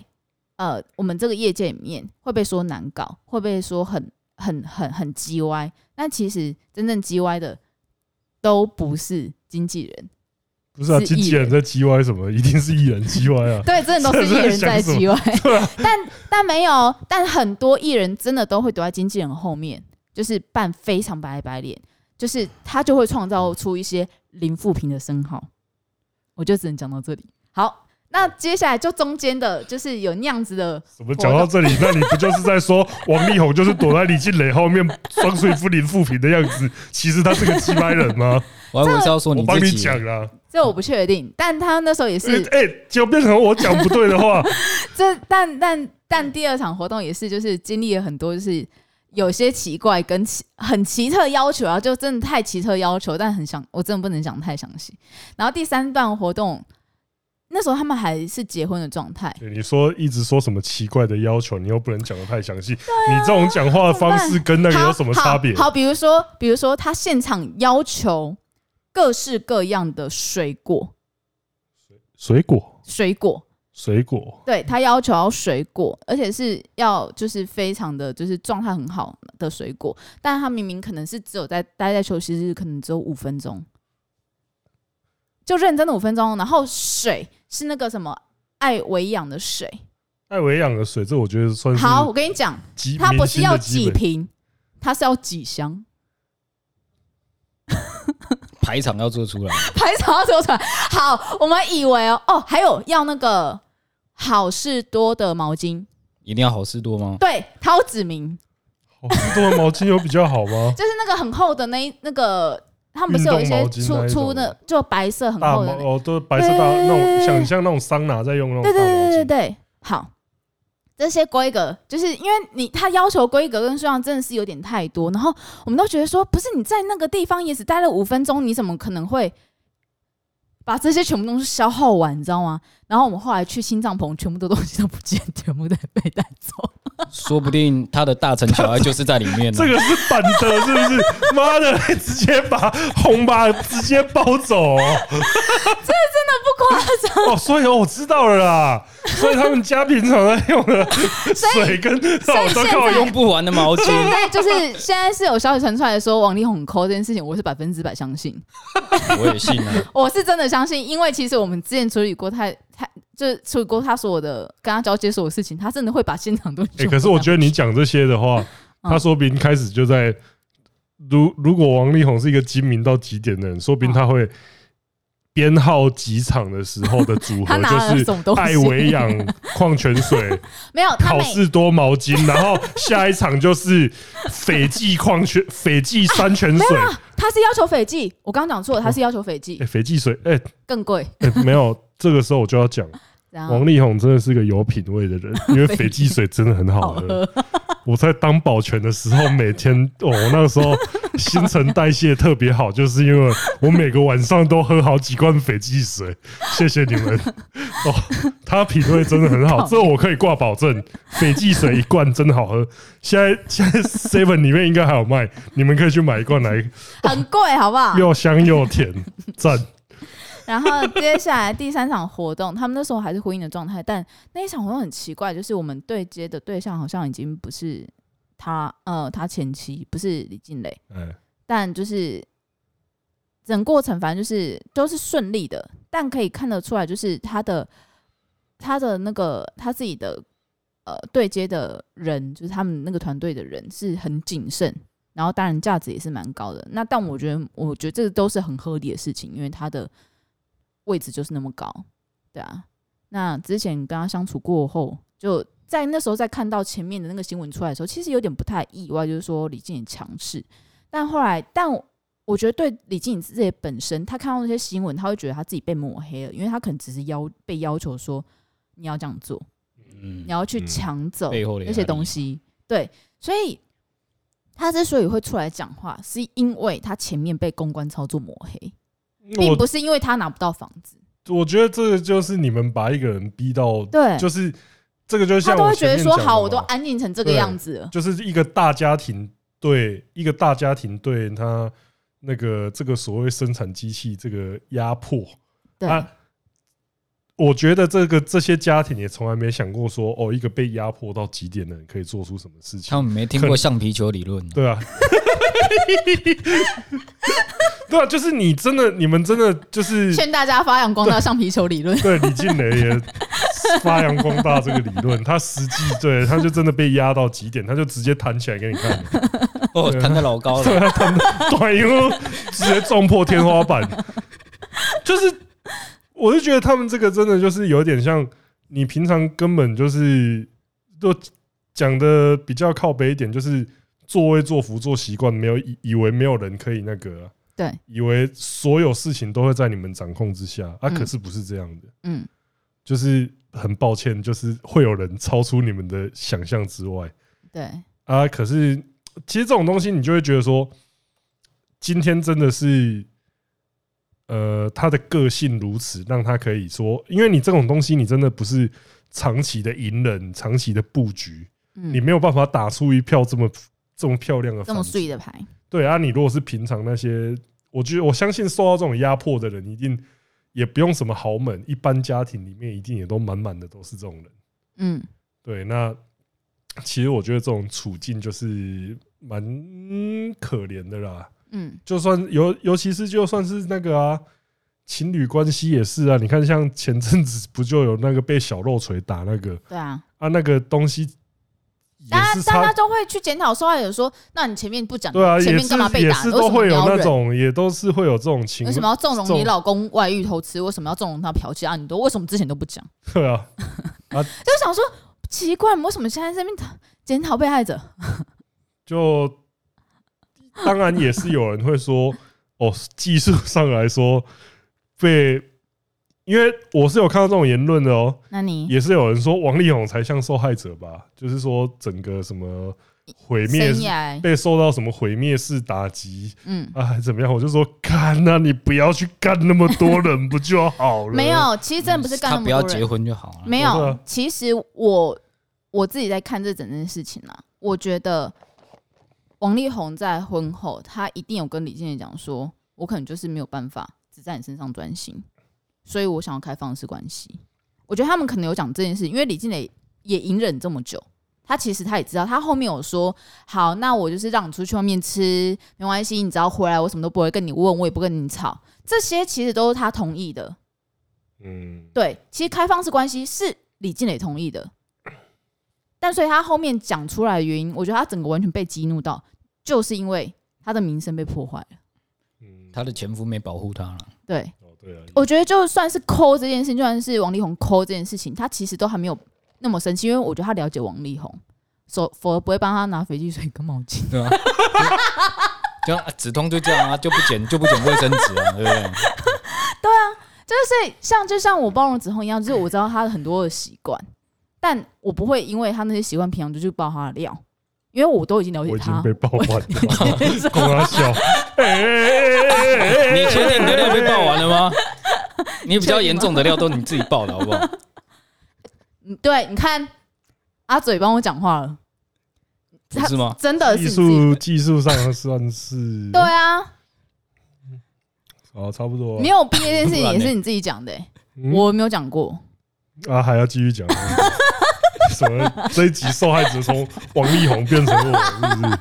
Speaker 1: 呃我们这个业界里面会被说难搞，会被说很很很很叽歪，但其实真正叽歪的都不是经纪人，
Speaker 2: 不是啊，
Speaker 1: 是
Speaker 2: 经纪
Speaker 1: 艺人。
Speaker 2: 人在叽歪什么，一定是艺人叽歪啊
Speaker 1: 对，真的都是
Speaker 2: 这
Speaker 1: 艺
Speaker 2: 在
Speaker 1: 人在
Speaker 2: 想什么啊
Speaker 1: 叽歪，但但没有，但很多艺人真的都会躲在经纪人后面，就是扮非常白白脸，就是他就会创造出一些零负评的生蚝。我就只能讲到这里。好，那接下来就中间的，就是有那样子的，
Speaker 2: 怎么讲到这里？那你不就是在说王力宏就是躲在李静蕾后面装睡不林富平的样子？其实他是个鸡掰人吗？
Speaker 3: 我还以为是要
Speaker 1: 哦
Speaker 3: 说
Speaker 2: 我
Speaker 3: 你
Speaker 2: 帮
Speaker 3: 自
Speaker 2: 你
Speaker 3: 己，
Speaker 2: 讲啦。
Speaker 1: 这我不确定，但他那时候也
Speaker 2: 哎
Speaker 1: 是
Speaker 2: 哎，就变成我讲不对的 话，
Speaker 1: 这，但但但第二场活动也是，就是经历了很多，就是有些奇怪跟奇很奇特要求啊，就真的太奇特要求，但很想我真的不能讲太详细。然后第三段活动，那时候他们还是结婚的状态，
Speaker 2: 对你说一直说什么奇怪的要求，你又不能讲的太详细。你这种讲话的方式跟那个有什么差别？
Speaker 1: 啊好，好比如说，比如说他现场要求各式各样的水果，
Speaker 2: 水果，
Speaker 1: 水果，
Speaker 2: 水果，
Speaker 1: 对他要求要水果，而且是要就是非常的就是状态很好的水果，但他明明可能是只有在待在休息室，可能只有五分钟，就认真的五分钟。然后水是那个什么爱维养的水，
Speaker 2: 艾维养的水，这我觉得算是
Speaker 1: 好，我跟你讲，
Speaker 2: 基
Speaker 1: 它不是要几
Speaker 2: 明星的基
Speaker 1: 瓶，它是要几箱，
Speaker 3: 排场要做出来。
Speaker 1: 排场要说出来。好，我们以为哦，哦，还有要那个好事多的毛巾，
Speaker 3: 一定要好事多吗？
Speaker 1: 对，它有指明。？
Speaker 2: 本。好这哦种毛巾有比较好吗
Speaker 1: 就是那个很厚的那一那个，他们不是有一些
Speaker 2: 运动毛巾那
Speaker 1: 粗
Speaker 2: 一种
Speaker 1: 粗的，就白色很
Speaker 2: 大
Speaker 1: 厚
Speaker 2: 毛
Speaker 1: 的那，
Speaker 2: 哦，都是白色大
Speaker 1: 对
Speaker 2: 那种，想像那种桑拿在用那种
Speaker 1: 对
Speaker 2: 大
Speaker 1: 对
Speaker 2: 毛
Speaker 1: 对对
Speaker 2: 巾。
Speaker 1: 对，好，这些规格就是因为你他要求规格跟数量真的是有点太多，然后我们都觉得说，不是你在那个地方也只待了五分钟，你怎么可能会？把这些全部东西消耗完，你知道吗？然后我们后来去新帐篷，全部的东西都不见，全部都被带走。
Speaker 3: 说不定他的大城小爱就是在里面呢
Speaker 2: 这。个是板的，是不是？妈的，直接把红吧直接包走、 哦。
Speaker 1: 不夸张，
Speaker 2: 哦，所以哦，我知道了啦。所以他们家平常在用的水跟
Speaker 1: 所以
Speaker 2: 哦，都
Speaker 1: 现
Speaker 2: 靠
Speaker 1: 在
Speaker 2: 用
Speaker 3: 用不完的毛巾，
Speaker 1: 现在 就是现在是有消息传出来说王力宏抠这件事情，我是百分之百相信，
Speaker 3: 我也信 啊。
Speaker 1: 我是真的相信，因为其实我们之前处理过他，他就是处理过他所有的跟他交接所有事情，他真的会把现场都。
Speaker 2: 哎、可是我觉得你讲这些的话，
Speaker 1: 嗯
Speaker 2: 他说不定开始就在。如如果王力宏是一个精明到极点的人，说不定
Speaker 1: 嗯
Speaker 2: 他会编号几场的时候的 组
Speaker 1: 他
Speaker 2: 合
Speaker 1: 拿了
Speaker 2: 就
Speaker 1: 什
Speaker 2: 是
Speaker 1: 么东西？
Speaker 2: 艾维养矿泉水、
Speaker 1: 没有，他
Speaker 2: 考
Speaker 1: 每
Speaker 2: 试多毛巾，然后下一场就是斐济矿泉、斐济山泉水、
Speaker 1: 他是要求斐济，我刚刚讲错了，他是要求斐济
Speaker 2: 哎，斐济水，哎、
Speaker 1: 更贵，
Speaker 2: 哎、没有，这个时候我就要讲，
Speaker 1: 然后
Speaker 2: 王力宏真的是个有品味的人，因为斐济水真的很好
Speaker 1: 好
Speaker 2: 喝。
Speaker 1: 喝。
Speaker 2: 我在当保全的时候，每天 哦，我那个时候新陈代谢特别好，就是因为我每个晚上都喝好几罐斐济水。谢谢你 们哦，他品味真的很好，这我可以挂保证，斐济水一罐真的好喝。现在现在 Seven 里面应该还有卖，你们可以去买一罐来，
Speaker 1: 很贵，好不好？
Speaker 2: 又香又甜， 赞。
Speaker 1: 然后接下来第三场活动，他们那时候还是婚姻的状态，但那一场活动很奇怪，就是我们对接的对象好像已经不是他，呃，他前妻不是李静蕾，
Speaker 2: 哎，
Speaker 1: 但就是整过程反正就是都是顺利的，但可以看得出来，就是他的他的那个他自己的呃对接的人，就是他们那个团队的人是很谨慎，然后当然价值也是蛮高的。那但我觉得，我觉得这个都是很合理的事情，因为他的位置就是那么高，对啊。那之前跟他相处过后，就在那时候在看到前面的那个新闻出来的时候，其实有点不太意外，就是说李静也强势，但后来，但我我觉得对李静自己本身，他看到那些新闻，他会觉得他自己被抹黑了，因为他可能只是要被要求说你要这样做，
Speaker 3: 嗯
Speaker 1: 你，要去
Speaker 2: 嗯
Speaker 1: 抢走
Speaker 3: 背后的
Speaker 1: 那些东
Speaker 3: 西。
Speaker 1: 西。对，所以他之所以会出来讲话，是因为他前面被公关操作抹黑，并
Speaker 2: 我
Speaker 1: 不是因为他拿不到房子。
Speaker 2: 我觉得这个就是你们把一个人逼到，
Speaker 1: 对，
Speaker 2: 就是这个就
Speaker 1: 他
Speaker 2: 像
Speaker 1: 都
Speaker 2: 我
Speaker 1: 会觉
Speaker 2: 前
Speaker 1: 得
Speaker 2: 面
Speaker 1: 说
Speaker 2: 讲的
Speaker 1: 好，我都
Speaker 2: 嘛
Speaker 1: 安静成这个
Speaker 2: 对
Speaker 1: 样子了。
Speaker 2: 就是一个大家庭对一个大家庭对他那个这个所谓生产机器这个压迫
Speaker 1: 对，
Speaker 2: 啊。我觉得这个这些家庭也从来没想过说，哦，一个被压迫到极点的人可以做出什么事情
Speaker 3: 他，们没听过橡皮球理论，
Speaker 2: 对啊，对啊，就是你真的，你们真的就是
Speaker 1: 劝大家发扬光大橡皮球理论。
Speaker 2: 对李静蕾也发扬光大这个理论，他实际对他就真的被压到极点，他就直接弹起来给你看，
Speaker 3: 哦，
Speaker 2: 对
Speaker 3: 弹得老高
Speaker 2: 对
Speaker 3: 了。
Speaker 2: 啊，弹短游直接撞破天花板，就是我就觉得他们这个真的就是有点像你平常根本就是都讲的比较靠北一点，就是作威作福做习惯，没有以以为没有人可以那个啊、
Speaker 1: 对，
Speaker 2: 以为所有事情都会在你们掌控之下啊，
Speaker 1: 嗯
Speaker 2: 可是不是这样的。
Speaker 1: 嗯，
Speaker 2: 就是很抱歉，就是会有人超出你们的想象之外
Speaker 1: 对，
Speaker 2: 啊。可是其实这种东西，你就会觉得说，今天真的是，呃，他的个性如此，让他可以说，因为你这种东西，你真的不是长期的隐忍、长期的布局，
Speaker 1: 嗯，
Speaker 2: 你没有办法打出一票这么这么漂亮的
Speaker 1: 这么
Speaker 2: 反击
Speaker 1: 碎的牌，
Speaker 2: 对啊，你如果是平常那些，我觉得我相信受到这种压迫的人，一定也不用什么豪门，一般家庭里面一定也都满满的都是这种人。
Speaker 1: 嗯。
Speaker 2: 对，那其实我觉得这种处境就是蛮可怜的啦。
Speaker 1: 嗯，
Speaker 2: 就算尤尤其是就算是那个啊，情侣关系也是啊。你看，像前阵子不就有那个被小肉锤打那个
Speaker 1: 对啊，
Speaker 2: 啊，那个东西也
Speaker 1: 大家
Speaker 2: 是
Speaker 1: 大
Speaker 2: 差
Speaker 1: 家都会去检讨受害者说，那你前面不讲，
Speaker 2: 对啊，
Speaker 1: 前
Speaker 2: 也
Speaker 1: 面
Speaker 2: 是
Speaker 1: 干嘛被
Speaker 2: 也
Speaker 1: 打？
Speaker 2: 是
Speaker 1: 为
Speaker 2: 都
Speaker 1: 什么
Speaker 2: 会
Speaker 1: 你
Speaker 2: 有
Speaker 1: 要
Speaker 2: 那
Speaker 1: 忍？
Speaker 2: 种，也都是会有这种情
Speaker 1: 为什么要纵容
Speaker 2: 纵
Speaker 1: 你老公外遇偷吃？为什么要纵容他剽窃啊？你都为什么之前都不讲？
Speaker 2: 对啊，
Speaker 1: 就想说奇怪，为什么现在这边检讨被害者？
Speaker 2: 就当然也是有人会说， 哦，技术上来说被，因为我是有看到这种言论的哦，
Speaker 1: 那你
Speaker 2: 也是有人说王力宏才像受害者吧，就是说整个什么毁灭
Speaker 1: 生涯，
Speaker 2: 被受到什么毁灭式打击
Speaker 1: 嗯，
Speaker 2: 啊，还怎么样？我就说干啊那、你不要去干那么多人不就好了？
Speaker 1: 没有，其实真的不是干那
Speaker 3: 他
Speaker 1: 么
Speaker 3: 不要
Speaker 1: 多
Speaker 3: 结
Speaker 1: 人，
Speaker 3: 婚就好了。
Speaker 1: 没
Speaker 2: 对
Speaker 1: 有
Speaker 2: 啊。
Speaker 1: 其实我我自己在看这整件事情啊，我觉得王力宏在婚后，他一定有跟李健也讲说，我可能就是没有办法只在你身上专心，所以我想要开放式关系。我觉得他们可能有讲这件事，因为李静蕾也隐忍这么久，他其实他也知道，他后面有说，好，那我就是让你出去外面吃，没关系，你只要回来，我什么都不会跟你问，我也不跟你吵，这些其实都是他同意的。
Speaker 2: 嗯，
Speaker 1: 对，其实开放式关系是李静蕾同意的，但所以他后面讲出来的原因，我觉得他整个完全被激怒到，就是因为他的名声被破坏了。
Speaker 2: 嗯
Speaker 3: 她的前夫没保护她了，
Speaker 1: 对，
Speaker 2: 哦对啊，
Speaker 1: 我觉得就算是抠这件事情，就算是王力宏抠这件事情，他其实都还没有那么生气，因为我觉得他了解王力宏，所否则不会帮他拿翡翠水跟毛巾。
Speaker 3: 对吧、就就止痛就这样啊，就不剪就不剪卫生纸啊，对不对？
Speaker 1: 就是像就像我包容子红一样，就是我知道他的很多的习惯，但我不会因为他那些习惯平常就去爆他的料，因为我都已经了解
Speaker 2: 我已
Speaker 1: 他
Speaker 2: 经。被爆完 了，供他笑，哎
Speaker 3: 你确定你的料被爆完了吗？ 你比较严重的料都你自己爆的好不好？
Speaker 1: 嗯对，你看阿嘴帮我讲话了，
Speaker 3: 不是吗？
Speaker 1: 真的是
Speaker 2: 技
Speaker 1: 你自己
Speaker 2: 术技术上算是
Speaker 1: 对啊，
Speaker 2: 哦，差不多啊
Speaker 1: 没有毕业这件事情
Speaker 3: 不然
Speaker 1: 也
Speaker 3: 呢
Speaker 1: 是你自己讲的、欸
Speaker 2: 嗯
Speaker 1: 我没有讲过。
Speaker 2: 啊，还要继续讲。 什么？这一集受害者从王力宏变成我，是不是？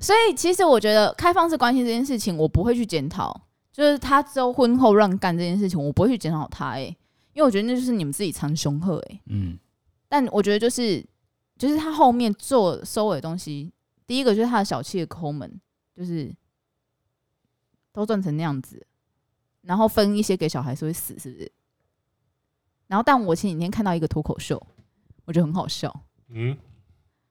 Speaker 1: 所以其实我觉得开放式关系这件事情，我不会去检讨，就是他之后婚后乱干这件事情，我不会去检讨他、欸，因为我觉得那就是你们自己藏凶恶、欸，
Speaker 3: 嗯，
Speaker 1: 但我觉得就是就是他后面做收尾的东西，第一个就是他的小气的抠门，就是都赚成那样子，然后分一些给小孩是会死，是不是？然后，但我前几天看到一个脱口秀，我觉得很好笑。
Speaker 2: 嗯，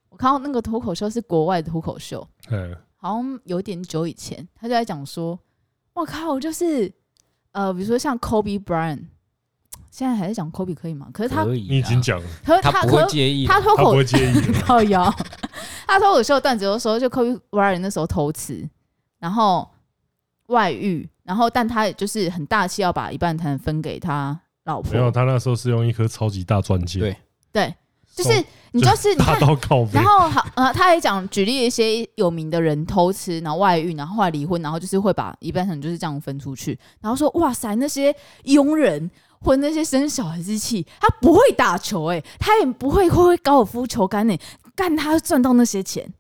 Speaker 1: 我看到那个脱口秀是国外的脱口秀，
Speaker 2: 哎，
Speaker 1: 好像有点久以前，他就在讲说，我靠，就是呃，比如说像 Kobe Bryant，现在还在讲 Kobe 可以吗？可是他，
Speaker 3: 可以啊。
Speaker 2: 你已经讲了，
Speaker 1: 可是
Speaker 3: 他
Speaker 1: 他，
Speaker 3: 不会
Speaker 1: 可是
Speaker 3: 介意的，
Speaker 1: 他脱
Speaker 2: 他不
Speaker 1: 口
Speaker 2: 会介意的。
Speaker 1: 靠腰， 他脱口秀的段子就说，就 Kobe Bryant 那时候偷吃，然后外遇，然后但他也就是很大气，要把一半财产分给他老
Speaker 2: 没
Speaker 1: 婆。
Speaker 2: 有，他那时候是用一颗超级大钻戒，
Speaker 3: 对
Speaker 1: 对，就是你
Speaker 2: 就
Speaker 1: 就是你
Speaker 2: 大
Speaker 1: 看，
Speaker 2: 到靠背
Speaker 1: 然，后好呃，他也讲举例一些有名的人偷吃，然后外遇，然后后来离婚，然后就是会把一半可能就是这样分出去，然后说哇塞，那些佣人或那些生小孩之气，他不会打球哎、他也不会会高尔夫球杆哎、干他赚到那些钱，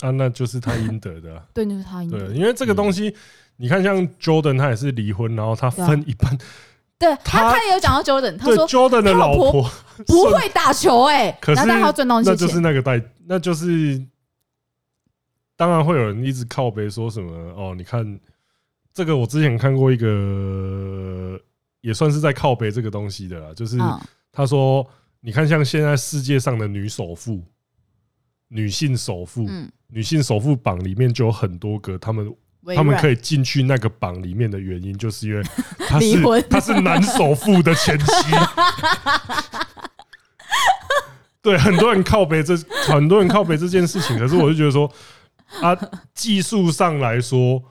Speaker 2: 啊，那就是他应得的啊。
Speaker 1: 对，那是他应
Speaker 2: 对
Speaker 1: 得，的，
Speaker 2: 因为这个东西，你看像 Jordan，他也是离婚，然后他分一半。
Speaker 1: 对
Speaker 2: 他
Speaker 1: 他他也有讲到 Jordan，他
Speaker 2: 对
Speaker 1: 说
Speaker 2: Jordan 的老
Speaker 1: 他老
Speaker 2: 婆
Speaker 1: 不会打球哎、
Speaker 2: 可是
Speaker 1: 然后但他要赚到
Speaker 2: 那
Speaker 1: 那些
Speaker 2: 就是
Speaker 1: 钱，
Speaker 2: 那个代，那就是当然会有人一直靠背说什么哦，你看这个我之前看过一个，也算是在靠背这个东西的啦，就是
Speaker 1: 嗯，
Speaker 2: 他说你看像现在世界上的女首富、女性首富、
Speaker 1: 嗯，
Speaker 2: 女性首富榜里面就有很多个，他们
Speaker 1: 微
Speaker 2: 他们
Speaker 1: 软
Speaker 2: 可以进去那个榜里面的原因，就 是因为他
Speaker 1: 离
Speaker 2: 是
Speaker 1: 婚
Speaker 2: 他是男首富的前妻。 对，很多人靠背这，很多人靠背这件事情，可是我就觉得说，啊，技术上来说，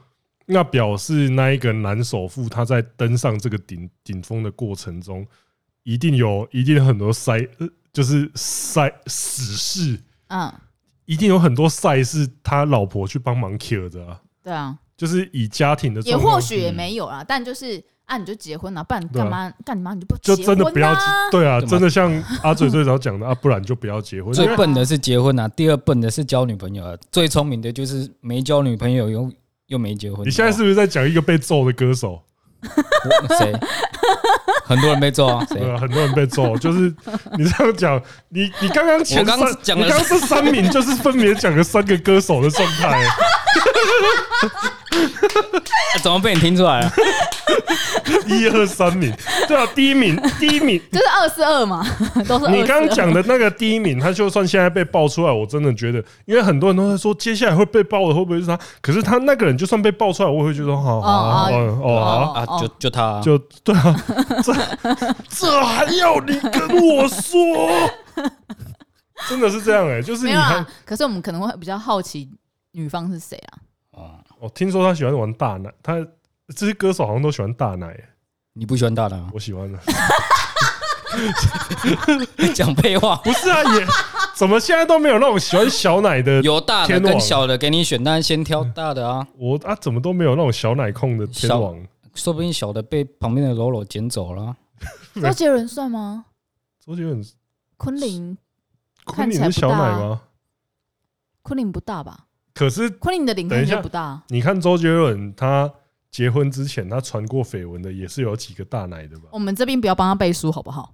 Speaker 2: 那表示那一个男首富他在登上这个顶顶峰的过程中，一定有一定有很多塞，呃就是塞死事，
Speaker 1: 嗯，
Speaker 2: 一定有很多赛事他老婆去帮忙 kill 的、啊。
Speaker 1: 对啊，
Speaker 2: 就是以家庭的
Speaker 1: 也
Speaker 2: 状况，
Speaker 1: 或许也没有啦，但就是啊，你就结婚了，不然
Speaker 2: 对啊
Speaker 1: 干嘛干你妈你就不
Speaker 2: 就
Speaker 1: 结
Speaker 2: 真的
Speaker 1: 婚
Speaker 2: 不要
Speaker 1: 啊
Speaker 2: 结对啊，
Speaker 3: 对嘛
Speaker 2: 真的像阿嘴最早讲的啊，不然就不要结婚。因
Speaker 3: 最
Speaker 2: 为
Speaker 3: 笨的是结婚啊，第二笨的是交女朋友啊，最聪明的就是没交女朋友又又没结婚。
Speaker 2: 你现在是不是在讲一个被揍的歌手？
Speaker 3: 我哦 谁？很多人被揍啊，谁
Speaker 2: 对？啊，很多人被揍，就是你这样讲，你你刚刚前
Speaker 3: 我刚
Speaker 2: 三，
Speaker 3: 讲
Speaker 2: 你
Speaker 3: 了
Speaker 2: 刚刚这三名就是分别讲了三个歌手的状态。
Speaker 3: 怎么被你听出来了？啊
Speaker 2: 一二三名，对啊，第一名，第一名，
Speaker 1: 就是二四二嘛，都是
Speaker 2: 你
Speaker 1: 22
Speaker 2: 刚刚讲的那个第一名，他就算现在被爆出来，我真的觉得，因为很多人都在说接下来会被爆的会不会是他？可是他那个人就算被爆出来，我也会觉得好好啊哦哦啊，
Speaker 3: 啊，
Speaker 1: 哦
Speaker 3: 就就他啊，
Speaker 2: 就对 啊，这这还要你跟 我说？真的是这样哎、就是
Speaker 1: 没
Speaker 2: 你
Speaker 1: 有啊
Speaker 2: 看
Speaker 1: 啦，。可是我们可能会比较好奇女方是谁啊？
Speaker 3: 哦
Speaker 2: 我、听说他喜欢玩大奶，他这些歌手好像都喜欢大奶欸、
Speaker 3: 你不喜欢大的啊，
Speaker 2: 我喜欢的。
Speaker 3: 讲废话，
Speaker 2: 不是啊，也怎么现在都没有那种喜欢小奶的？
Speaker 3: 有大的
Speaker 2: 天啊
Speaker 3: 跟
Speaker 2: 网
Speaker 3: 小的给你选，但先挑大的啊，
Speaker 2: 我啊，怎么都没有那种小奶控的天
Speaker 3: 小
Speaker 2: 王？
Speaker 3: 说不定小的被旁边的柔柔捡走了啊。
Speaker 1: 周杰伦算吗？
Speaker 2: 周杰伦，
Speaker 1: 昆凌，
Speaker 2: 昆
Speaker 1: 看起
Speaker 2: 凌
Speaker 1: 来不
Speaker 2: 是小
Speaker 1: 大
Speaker 2: 奶
Speaker 1: 啊
Speaker 2: 吗？
Speaker 1: 昆凌不大吧？
Speaker 2: 可是
Speaker 1: 昆凌的脸
Speaker 2: 等
Speaker 1: 看
Speaker 2: 一
Speaker 1: 起来
Speaker 2: 下
Speaker 1: 不大，啊
Speaker 2: 你看周杰伦，他结婚之前他传过绯闻的，也是有几个大奶 的吧？
Speaker 1: 我们这边不要帮他背书好不好？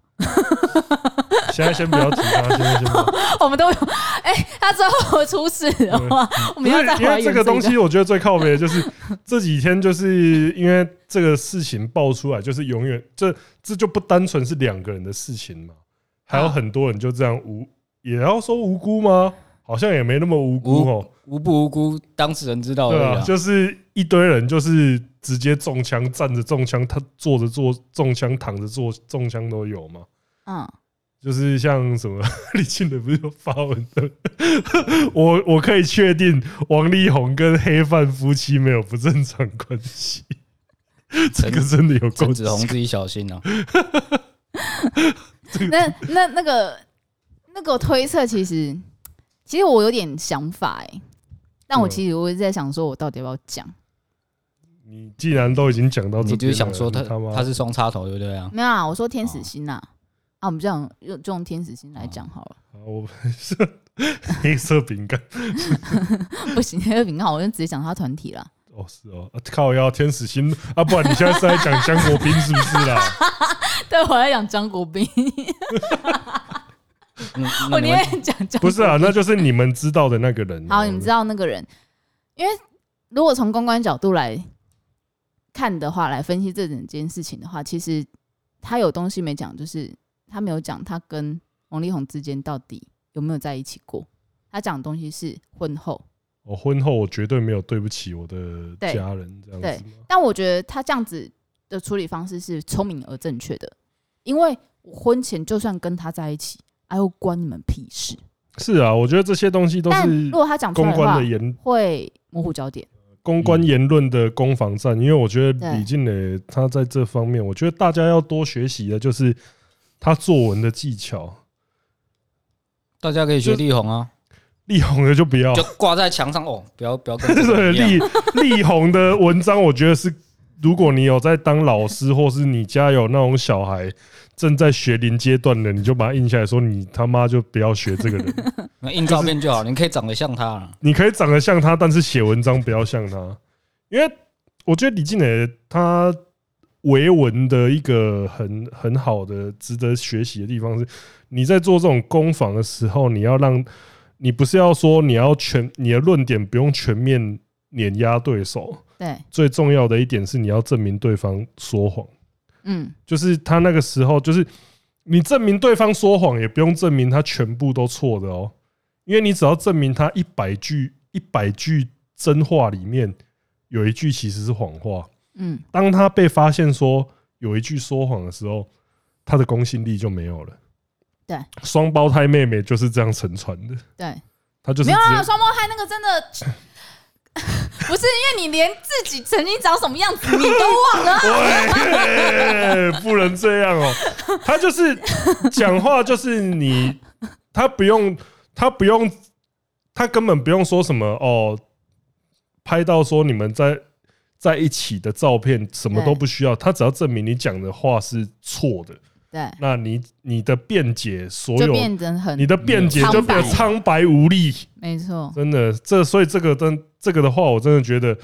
Speaker 2: 现在先不要提他，现在先不要。
Speaker 1: 我们都有， 哎、他之后出事的话，我
Speaker 2: 不
Speaker 1: 们
Speaker 2: 是
Speaker 1: 要再
Speaker 2: 因
Speaker 1: 怀
Speaker 2: 为
Speaker 1: 疑
Speaker 2: 这个 东西，我觉得最靠北的就是这几天，就是因为这个事情爆出来，就是永远这这就不单纯是两个人的事情嘛，还有
Speaker 1: 啊
Speaker 2: 很多人就这样无，也要说无辜吗？好像也没那么无辜哦。
Speaker 3: 无不无辜，当事人知道
Speaker 2: 对
Speaker 3: 而已
Speaker 2: 啊，
Speaker 3: 啊。
Speaker 2: 就是一堆人就是直接中枪，站着中枪，他坐着坐中枪，躺着坐中枪都有嘛。
Speaker 1: 嗯，
Speaker 2: 就是像什么 李庆的不是有发文的， 我我可以确定王力宏跟黑范夫妻没有不正常关系， 这个真的有够
Speaker 3: 陈子红自己小心啊！
Speaker 1: 那那那个那个推测，其实其实我有点想法哎、但我
Speaker 2: 嗯
Speaker 1: 其实我一直在想，说我到底要不要讲？
Speaker 2: 你既然都已经讲到这边
Speaker 3: 你
Speaker 2: 了，
Speaker 3: 就是想说他
Speaker 2: 他妈
Speaker 3: 他是双插头，对不对啊？
Speaker 1: 没有啊，我说天使心呐、啊，我们这样用就用天使心
Speaker 3: 哦
Speaker 1: 来讲好了。
Speaker 2: 啊我是 黑色饼干
Speaker 1: 不行，那个饼干好我就直接讲他团体了。
Speaker 2: 哦是哦，啊靠要天使心啊，不然你现在是在讲江国斌是不是啦？
Speaker 1: 对，我在讲张国斌，
Speaker 3: 嗯那
Speaker 1: 我
Speaker 3: 你
Speaker 1: 宁
Speaker 3: 们
Speaker 1: 愿讲张。
Speaker 2: 不是 啊，那就是你们知道的那个人啊。
Speaker 1: 好，你们知道那个人，因为如果从公关角度来看的话，来分析这整件事情的话，其实他有东西没讲，就是他没有讲他跟王力宏之间到底有没有在一起过。他讲的东西是婚后，
Speaker 2: 我哦婚后我绝对没有对不起我的
Speaker 1: 对
Speaker 2: 家人这样
Speaker 1: 对
Speaker 2: 子吗？
Speaker 1: 但我觉得他这样子的处理方式是聪明而正确的，因为我婚前就算跟他在一起，哎呦，关你们屁事。
Speaker 2: 是啊，我觉得这些东西都
Speaker 1: 但
Speaker 2: 是
Speaker 1: 如果他讲出
Speaker 2: 公
Speaker 1: 来的
Speaker 2: 关
Speaker 1: 话
Speaker 2: 的，
Speaker 3: 嗯
Speaker 2: 言
Speaker 1: 会模糊焦点。
Speaker 2: 公关言论的攻防战，因为我觉得
Speaker 1: 对
Speaker 2: 李静蕾她在这方面，我觉得大家要多学习的就是她作文的技巧。
Speaker 3: 大家可以学力宏啊，
Speaker 2: 力宏的就不要
Speaker 3: 就，挂在墙上哦，不要不要跟 这
Speaker 2: 对
Speaker 3: 个一样
Speaker 2: 哦力力宏的文章，我觉得是如果你有在当老师，或是你家有那种小孩正在学龄阶段的，你就把它印下来，说你他妈就不要学这个人。
Speaker 3: 那印照片就好，你可以长得像 他啊。
Speaker 2: 你可以长得像他，但是写文章不要像他，因为我觉得李静蕾她维文的一个很很好的值得学习的地方是，你在做这种攻防的时候，你要让你不是要说你要全你的论点不用全面碾压对手，
Speaker 1: 对，
Speaker 2: 最重要的一点是你要证明对方说谎，
Speaker 1: 嗯，
Speaker 2: 就是他那个时候就是你证明对方说谎，也不用证明他全部都错的哦，因为你只要证明他一百句一百句真话里面有一句其实是谎话，
Speaker 1: 嗯，
Speaker 2: 当他被发现说有一句说谎的时候，他的公信力就没有了。
Speaker 1: 对，
Speaker 2: 双胞胎妹妹就是这样沉船的，
Speaker 1: 对，
Speaker 2: 她就是
Speaker 1: 没有
Speaker 2: 直
Speaker 1: 啊，
Speaker 2: 接，
Speaker 1: 双胞胎那个真的 不是因为你连自己曾经长什么样子你都忘了
Speaker 2: 喂，不能这样哦、他就是讲话，就是你，他不用，他不用，他根本不用说什么哦，拍到说你们在在一起的照片，什么都不需要，他只要证明你讲的话是错的，
Speaker 1: 对，
Speaker 2: 那你你的辩解，所
Speaker 1: 就
Speaker 2: 有
Speaker 1: 变得很
Speaker 2: 你的辩解就变得苍白无力。
Speaker 1: 没错，
Speaker 2: 真的，这所以这个真这个的话，我真的觉得，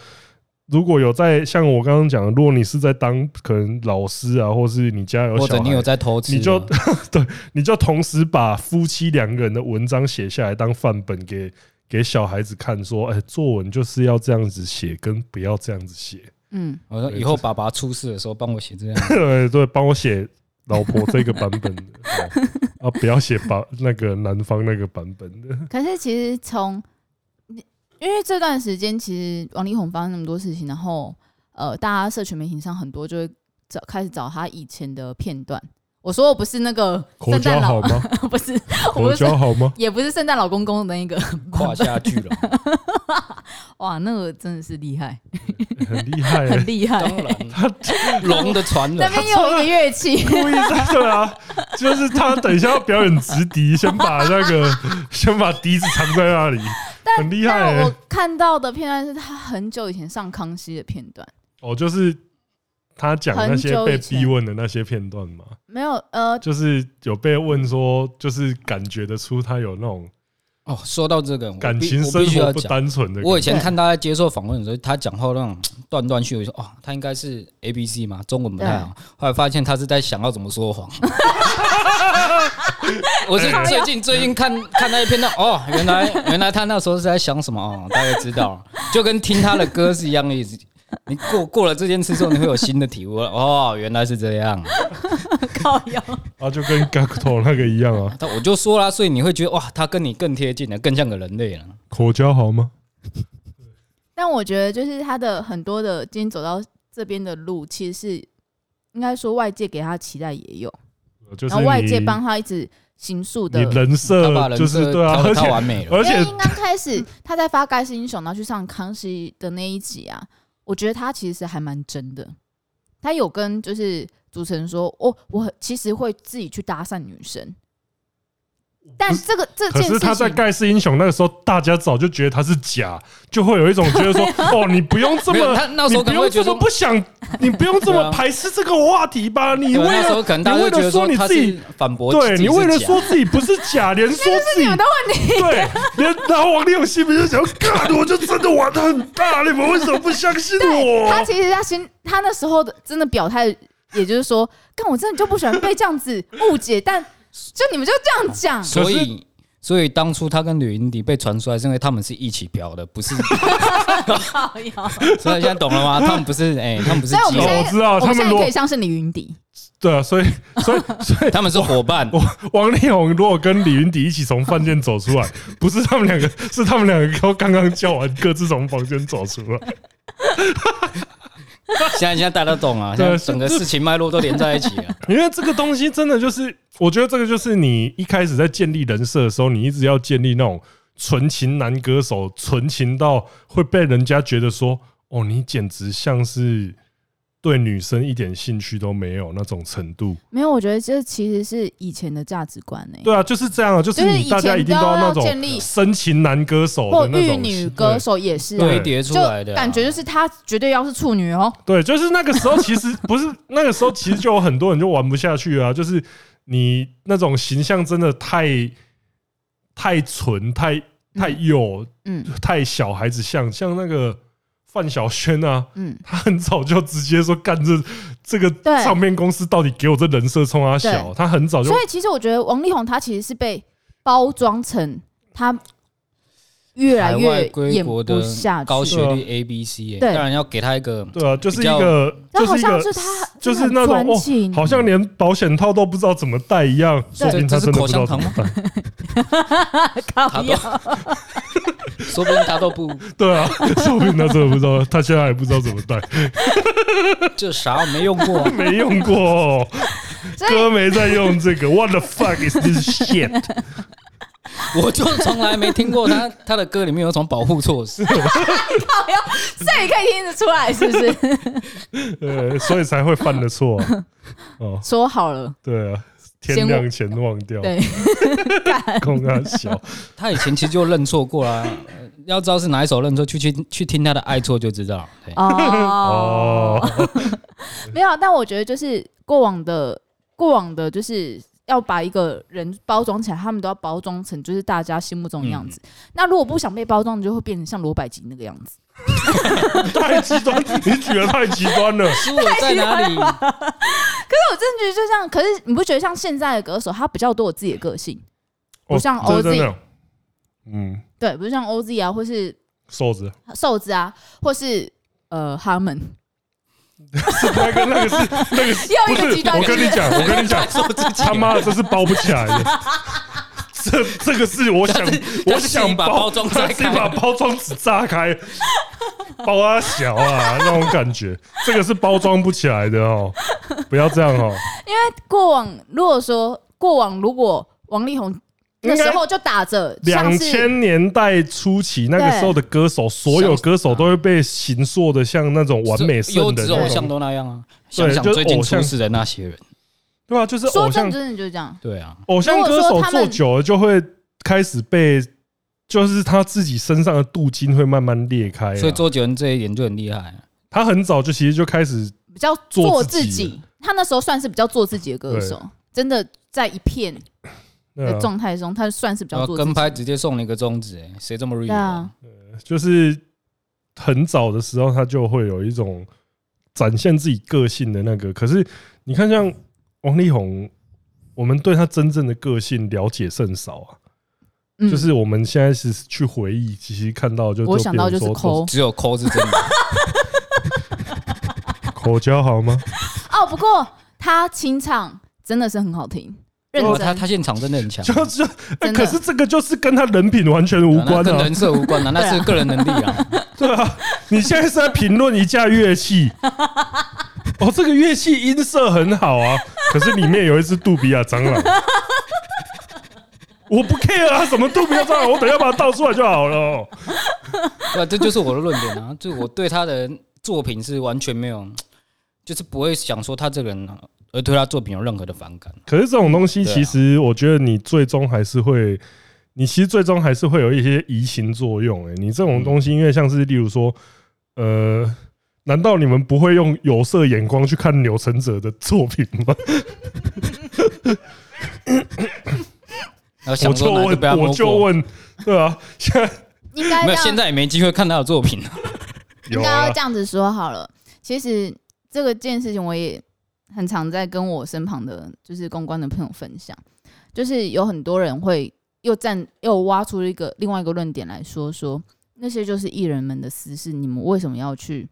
Speaker 2: 如果有在像我刚刚讲的，如果你是在当可能老师啊，或是你家有
Speaker 3: 或
Speaker 2: 小
Speaker 3: 者
Speaker 2: 孩，
Speaker 3: 你有在偷吃的，
Speaker 2: 你就 对，你就同时把夫妻两个人的文章写下来当范本给给小孩子看，说，哎、作文就是要这样子写，跟不要这样子写。
Speaker 1: 嗯，
Speaker 3: 我说以后爸爸出事的时候帮我写这样。
Speaker 2: 对对，帮我写老婆这个版 本的，哦啊，不要写把那个男方那个版本的。
Speaker 1: 可是其实从你因为这段时间，其实王力宏发生那么多事情，然后呃，大家社群媒体上很多就会找开始找他以前的片段。我说我不是那个
Speaker 2: 口
Speaker 1: 圣
Speaker 2: 交
Speaker 1: 诞
Speaker 2: 好
Speaker 1: 老，
Speaker 2: 吗？
Speaker 1: 不是，我
Speaker 2: 口
Speaker 1: 不是
Speaker 2: 交好吗？
Speaker 1: 也不是圣诞老公公的那个
Speaker 3: 胯下巨龙，
Speaker 1: 哇，那个真的是厉害，
Speaker 2: 很厉害、
Speaker 1: 很
Speaker 2: 欸。
Speaker 1: 厉 害。
Speaker 3: 当 然，龙的传
Speaker 1: 那
Speaker 3: 人，
Speaker 1: 边有一个乐 器，
Speaker 2: 故意在对啊，就是他等一下要表演直笛，先把那个先把笛子藏在那里，很厉害、
Speaker 1: 但我
Speaker 2: 欸。
Speaker 1: 看到的片段是他很久以前上康熙的片段，
Speaker 2: 哦，就是他讲那些被逼问的那些片段嘛，
Speaker 1: 没有 呃，
Speaker 2: 就是有被问说，就是感觉得出他有那种
Speaker 3: 哦，说到这个，我
Speaker 2: 感
Speaker 3: 必
Speaker 2: 情
Speaker 3: 我
Speaker 2: 生
Speaker 3: 必须
Speaker 2: 活
Speaker 3: 要
Speaker 2: 不
Speaker 3: 讲。
Speaker 2: 单纯的感觉。
Speaker 3: 我以前看他在接受访问的时候，他讲话那种断断续续，我说哦，他应该是 A B C 嘛，中文不太好。后来发现他是在想要怎么说谎。我是最近最近看看那一篇的哦，原来原来他那时候是在想什么哦，大概知道了，就跟听他的歌是一样的意思。你过过了这件事之后，你会有新的体悟了哦，原来是这样。
Speaker 1: 靠腰，
Speaker 2: 啊，就跟 Gakto 那个一样 啊，
Speaker 3: 但我就说啦，所以你会觉得哇，他跟你更贴近了，更像个人类了。
Speaker 2: 口交好吗？
Speaker 1: 但我觉得就是他的很多的今天走到这边的路，其实是应该说外界给他的期待也有，
Speaker 2: 就是
Speaker 1: 然后外界
Speaker 2: 你
Speaker 1: 帮他一直形塑的啊
Speaker 2: 你。人
Speaker 3: 他把
Speaker 2: 设
Speaker 3: 人
Speaker 2: 就是
Speaker 3: 设
Speaker 2: 对啊，
Speaker 3: 调
Speaker 2: 而
Speaker 3: 得太
Speaker 2: 且
Speaker 3: 完美了。
Speaker 2: 而
Speaker 1: 因为
Speaker 2: 且
Speaker 1: 刚开始他在发《盖世英雄》，然后去上康熙的那一集啊，我觉得他其实还蛮真的。他有跟就是主持人说：“哦，我其实会自己去搭讪女生。”但这个这
Speaker 2: 可
Speaker 1: 件
Speaker 2: 是
Speaker 1: 事
Speaker 2: 他在
Speaker 1: 情
Speaker 2: 《盖世英雄》那个时候，大家早就觉得他是假，就会有一种觉得说， 哦，你不用这
Speaker 3: 没有，
Speaker 2: 么，
Speaker 3: 他那时
Speaker 2: 你
Speaker 3: 候
Speaker 2: 不
Speaker 3: 可能会
Speaker 2: 用
Speaker 3: 觉
Speaker 2: 这么
Speaker 3: 得说
Speaker 2: 不想，你不用这
Speaker 3: 对
Speaker 2: 么
Speaker 3: 啊
Speaker 2: 排斥这个话题吧？你
Speaker 3: 对啊
Speaker 2: 为
Speaker 3: 那时候
Speaker 2: 了
Speaker 3: 可能大家
Speaker 2: 你为
Speaker 3: 会
Speaker 2: 了
Speaker 3: 觉得
Speaker 2: 说你
Speaker 3: 他
Speaker 2: 自己
Speaker 3: 是反驳自
Speaker 2: 对
Speaker 3: 己是假，
Speaker 2: 你为了说自己不是 假，连说自己
Speaker 1: 你们的问题，
Speaker 2: 对，连然后王力宏心里就想，干，我就真的玩的很大，你们为什么不相信
Speaker 1: 对他
Speaker 2: 我？
Speaker 1: 其实他心他那时候的真的表态，也就是说，但我真的就不喜欢被这样子误解，但就你们就这样讲，
Speaker 3: 所以，所以当初他跟吕云迪被传出来，是因为他们是一起嫖的，不是？
Speaker 1: 靠腰
Speaker 3: 所以现在懂了吗？他们不是，哎、他们 不是
Speaker 1: 所以我
Speaker 3: 基
Speaker 1: 们现，
Speaker 3: 友
Speaker 1: 在
Speaker 2: 哦我知道
Speaker 1: 我们
Speaker 2: 他
Speaker 1: 现
Speaker 2: 们
Speaker 1: 在
Speaker 2: 如果
Speaker 1: 可以相信李云迪，
Speaker 2: 对啊，所以所以 所以
Speaker 3: 他们是伙伴。
Speaker 2: 王力宏如果跟李云迪一起从饭店走出来，不是他们两个，是他们两个都刚刚叫完，各自从房间走出来。
Speaker 3: 现在现在大家懂了，
Speaker 2: 对
Speaker 3: 现在
Speaker 2: 是
Speaker 3: 整个事情脉络都连在一起啊了。
Speaker 2: 因为这个东西真的就是，我觉得这个就是你一开始在建立人设的时候，你一直要建立那种纯情男歌手，纯情到会被人家觉得说，哦，你简直像是对女生一点兴趣都没有那种程度。
Speaker 1: 没有，我觉得这其实是以前的价值观欸呢、
Speaker 2: 对啊，就是这样啊，就是
Speaker 1: 就是
Speaker 2: 你
Speaker 1: 以
Speaker 2: 大家
Speaker 1: 前
Speaker 2: 一定
Speaker 1: 都
Speaker 2: 要那
Speaker 1: 要
Speaker 2: 种
Speaker 1: 建立
Speaker 2: 深情男歌手
Speaker 1: 或
Speaker 2: 的那
Speaker 1: 玉
Speaker 2: 种
Speaker 1: 女歌手也是、啊
Speaker 2: 对，
Speaker 3: 堆叠出
Speaker 1: 就
Speaker 3: 来的啊、
Speaker 1: 感觉就是她绝对要是处女哦，
Speaker 2: 对，就是那个时候，其实不是那个时候，其实就有很多人就玩不下去啊。就是你那种形象真的太太纯、太太幼、
Speaker 1: 嗯
Speaker 2: 太小孩子像，像那个范晓萱啊，
Speaker 1: 嗯，
Speaker 2: 他很早就直接说干这这个
Speaker 1: 对
Speaker 2: 唱片公司到底给我这人设冲他小，
Speaker 1: 对
Speaker 2: 他很早就
Speaker 1: 所以其实我觉得王力宏他其实是被包装成他越来
Speaker 3: 海外
Speaker 1: 越
Speaker 3: 归
Speaker 1: 演
Speaker 3: 国
Speaker 1: 不
Speaker 3: 的
Speaker 1: 下去，
Speaker 3: 高学
Speaker 2: 对
Speaker 3: 历 A B C，、哎，
Speaker 1: 对哦
Speaker 3: 当然要给他一个
Speaker 2: 对啊，就是一
Speaker 3: 比较
Speaker 2: 个
Speaker 1: 但
Speaker 2: 就
Speaker 1: 好
Speaker 2: 是一
Speaker 1: 像
Speaker 2: 个
Speaker 1: 是他
Speaker 2: 就是
Speaker 1: 真的很
Speaker 2: 那种
Speaker 1: 专
Speaker 2: 哦
Speaker 1: 情，
Speaker 2: 好像连保险套都不知道怎么戴一样，说不定他
Speaker 3: 这是
Speaker 2: 真的
Speaker 3: 口
Speaker 2: 不知道
Speaker 3: 香
Speaker 2: 怎
Speaker 3: 糖
Speaker 2: 么
Speaker 3: 吗
Speaker 2: 戴。
Speaker 1: 靠
Speaker 3: 他
Speaker 1: 腰
Speaker 3: 都，说不定他都不
Speaker 2: 对啊，说不定他真的不知道，他现在还不知道怎么 戴，
Speaker 3: 这啥没用过、啊。
Speaker 2: 没用过、哦，
Speaker 1: 所以
Speaker 2: 哥没在用这个。What the fuck is this shit？
Speaker 3: 我就从来没听过他他的歌里面有一种保护措施，
Speaker 1: 靠腰，所以可以听得出来是不是？
Speaker 2: 呃，所以才会犯的错、啊。哦，
Speaker 1: 说好了，
Speaker 2: 对啊，天
Speaker 1: 先
Speaker 2: 亮前忘掉，
Speaker 1: 对，
Speaker 2: 空他小。
Speaker 3: 他以前其实就认错过啦、呃要知道是哪一首认错，去去去听他的《爱错》就知道。对，
Speaker 1: 哦
Speaker 2: 哦，，
Speaker 1: 没有，啊但我觉得就是过往的过往的，就是要把一个人包装起来，他们都要包装成就是大家心目中的样子。
Speaker 2: 嗯
Speaker 1: 那如果不想被包装，你就会变成像罗百吉那个样子。
Speaker 2: 太极端，你举的太极端了。
Speaker 3: 是我在哪里？
Speaker 1: 但我真的觉得就像，可是你不觉得像现在的歌手，他比较多有自己的个性，
Speaker 2: 哦
Speaker 1: 不像
Speaker 2: 这
Speaker 1: OZ
Speaker 2: 真的，嗯，
Speaker 1: 对，不是像 OZ 啊，或是
Speaker 2: 瘦 子
Speaker 1: 瘦子啊，或是呃哈们，
Speaker 2: 是那个那个是那个是
Speaker 1: 又
Speaker 2: 不
Speaker 1: 一个极
Speaker 2: 是？
Speaker 1: 端
Speaker 2: 我跟你 讲，我跟你讲，他妈的，这是包不起来的。这这个是我想
Speaker 3: 他是，
Speaker 2: 我
Speaker 3: 他是自己
Speaker 2: 想
Speaker 3: 把包装
Speaker 2: 他
Speaker 3: 炸开
Speaker 2: 自己把包装纸炸开，包啊小啊那种感觉，这个是包装不起来的哦，不要这样哦。
Speaker 1: 过往如果说过往如果王力宏那时候就打着像
Speaker 2: 两
Speaker 1: 是
Speaker 2: 千年代初期那个时候的歌手，所有歌手都会被形塑的像那种完美圣
Speaker 3: 优
Speaker 2: 人
Speaker 3: 质
Speaker 2: 那
Speaker 3: 偶像
Speaker 2: 种，
Speaker 3: 都那样啊。
Speaker 2: 对
Speaker 3: 想想
Speaker 2: 就是
Speaker 3: 最近
Speaker 2: 偶像
Speaker 3: 出事的那些人，
Speaker 2: 对啊，就是
Speaker 1: 说
Speaker 2: 偶
Speaker 1: 真
Speaker 2: 像
Speaker 1: 的真的就是这样，
Speaker 3: 对啊，
Speaker 2: 偶像歌
Speaker 1: 如
Speaker 2: 手
Speaker 1: 果说他们
Speaker 2: 做久了就会开始被，就是他自己身上的镀金会慢慢裂开啊、
Speaker 3: 所以周杰伦这一点就很厉害啊。
Speaker 2: 他很早就其实就开始
Speaker 1: 比较
Speaker 2: 做
Speaker 1: 做
Speaker 2: 自
Speaker 1: 自
Speaker 2: 己
Speaker 1: 己。他那时候算是比较做自己的歌手，真的在一片
Speaker 2: 对
Speaker 1: 的
Speaker 2: 啊
Speaker 1: 状态中，他算是比
Speaker 3: 然
Speaker 1: 较
Speaker 3: 后
Speaker 1: 做自
Speaker 3: 跟
Speaker 1: 己。
Speaker 3: 拍直接送你一个中指，哎，谁这么 real？
Speaker 1: 对啊
Speaker 3: 啊，
Speaker 2: 就是很早的时候，他就会有一种展现自己个性的那个。可是你看，像王力宏，我们对他真正的个性了解甚少啊。
Speaker 1: 嗯
Speaker 2: 就是我们现在是去回忆，其实看到就
Speaker 1: 我想到就是抠
Speaker 2: 抠
Speaker 3: 只有抠是真的。
Speaker 2: 口交好 吗？
Speaker 1: 哦，不过他清唱真的是很好听，认
Speaker 3: 不过哦他
Speaker 1: 真。
Speaker 3: 他现场真的很强，啊
Speaker 2: 就就、哎
Speaker 1: 真的
Speaker 2: 可是这个就是跟他人品完全无
Speaker 3: 对啊那
Speaker 2: 关
Speaker 3: 跟
Speaker 2: 啊
Speaker 3: 人，设无关啊，那是个人能力啊。
Speaker 2: 对啊。你现在是在评论一架乐器， 哦，这个乐器音色很好啊，可是里面有一只杜比亚蟑螂。我不 care 啊，什么杜比亚蟑螂，我等一下把它倒出来就好了哦、
Speaker 3: 对、啊，这就是我的论点啊，就我对他的作品是完全没有，就是不会想说他这个人而对他作品有任何的反感。
Speaker 2: 可是这种东西，
Speaker 3: 对啊
Speaker 2: 其实我觉得你最终还是会，你其实最终还是会有一些移情作用、欸。你这种东西，因为像是例如说，呃，难道你们不会用有色眼光去看钮承泽的作品吗？
Speaker 3: 然后
Speaker 2: 我
Speaker 3: 想
Speaker 2: 就
Speaker 3: 说哪就
Speaker 2: 问
Speaker 3: 被他，摸
Speaker 2: 我就
Speaker 3: 过，
Speaker 2: 问，对啊， 现在
Speaker 1: 应该
Speaker 3: 没
Speaker 1: 这
Speaker 3: 有，现
Speaker 1: 样，
Speaker 3: 在也没机会看他的作品啊。
Speaker 2: 有
Speaker 1: 应 该
Speaker 2: 啊
Speaker 1: 要这，样子说好了。其实这个件事情，我也很常在跟我身旁的就是公关的朋友分享，就是有很多人会又站又挖出一个另外一个论点来说，说那些就是艺人们的私事，你们为什么要去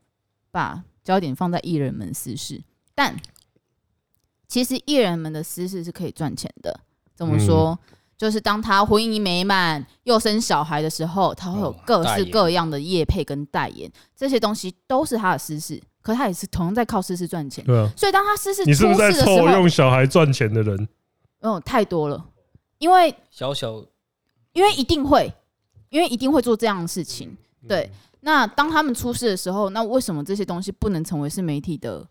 Speaker 1: 把焦点放在艺人们私事？但其实艺人们的私事是可以赚钱的。怎么说？
Speaker 3: 嗯
Speaker 1: 就是当他婚姻美满又生小孩的时候，他会有
Speaker 3: 哦
Speaker 1: 各
Speaker 3: 代
Speaker 1: 式
Speaker 3: 言
Speaker 1: 各样的业配跟代言，这些东西都是他的私事，可他也是同样在靠私事赚钱。
Speaker 2: 对啊，
Speaker 1: 所以当他私事出
Speaker 2: 你是
Speaker 1: 事
Speaker 2: 不是在
Speaker 1: 的时
Speaker 2: 凑
Speaker 1: 候，
Speaker 2: 用小孩赚钱的人？
Speaker 1: 嗯，太多了，因为
Speaker 3: 小小
Speaker 1: 因为一定会，因为一定会做这样的事情。
Speaker 2: 嗯
Speaker 1: 对，那当他们出事的时候，那为什么这些东西不能成为是媒体的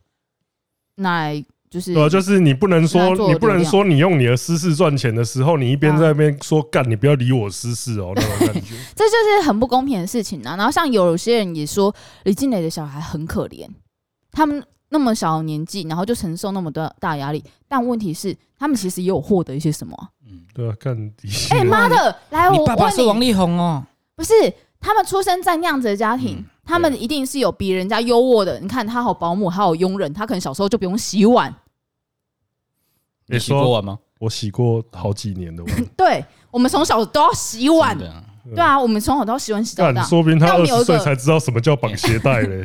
Speaker 1: 拿来就是
Speaker 2: 对啊，就是你不能说
Speaker 1: 拿来，做
Speaker 2: 你不
Speaker 1: 流
Speaker 2: 能
Speaker 1: 量
Speaker 2: 说你用你的私事赚钱的时候，你一边
Speaker 1: 啊
Speaker 2: 在那边说干，你不要理我私事哦，那 种感觉。
Speaker 1: 这就是很不公平的事情啊。然后像有些人也说，李静蕾的小孩很可怜，他们那么小的年纪，然后就承受那么多大压力。但问题是，他们其实也有获得一些什么啊、
Speaker 2: 对啊，看底
Speaker 1: 哎、妈的，来，
Speaker 3: 你
Speaker 1: 我
Speaker 3: 爸爸是
Speaker 1: 问
Speaker 3: 王
Speaker 1: 你，
Speaker 3: 力宏哦，
Speaker 1: 不是他们出生在那样子的家庭。
Speaker 3: 嗯
Speaker 1: 他们一定是有比人家优渥的，你看他好保姆，还有佣人，他可能小时候就不用洗碗。
Speaker 2: 你
Speaker 3: 你洗过
Speaker 2: 说
Speaker 3: 碗吗？
Speaker 2: 我洗过好几 年的碗，
Speaker 1: 对我们从小都要洗碗，
Speaker 3: 真的啊
Speaker 1: 对啊，我们从小都要洗碗洗到
Speaker 2: 干
Speaker 1: 大。
Speaker 2: 说不定他
Speaker 1: 那我
Speaker 2: 二
Speaker 1: 们有
Speaker 2: 十
Speaker 1: 一个
Speaker 2: 岁才知道什么叫绑鞋 带嘞。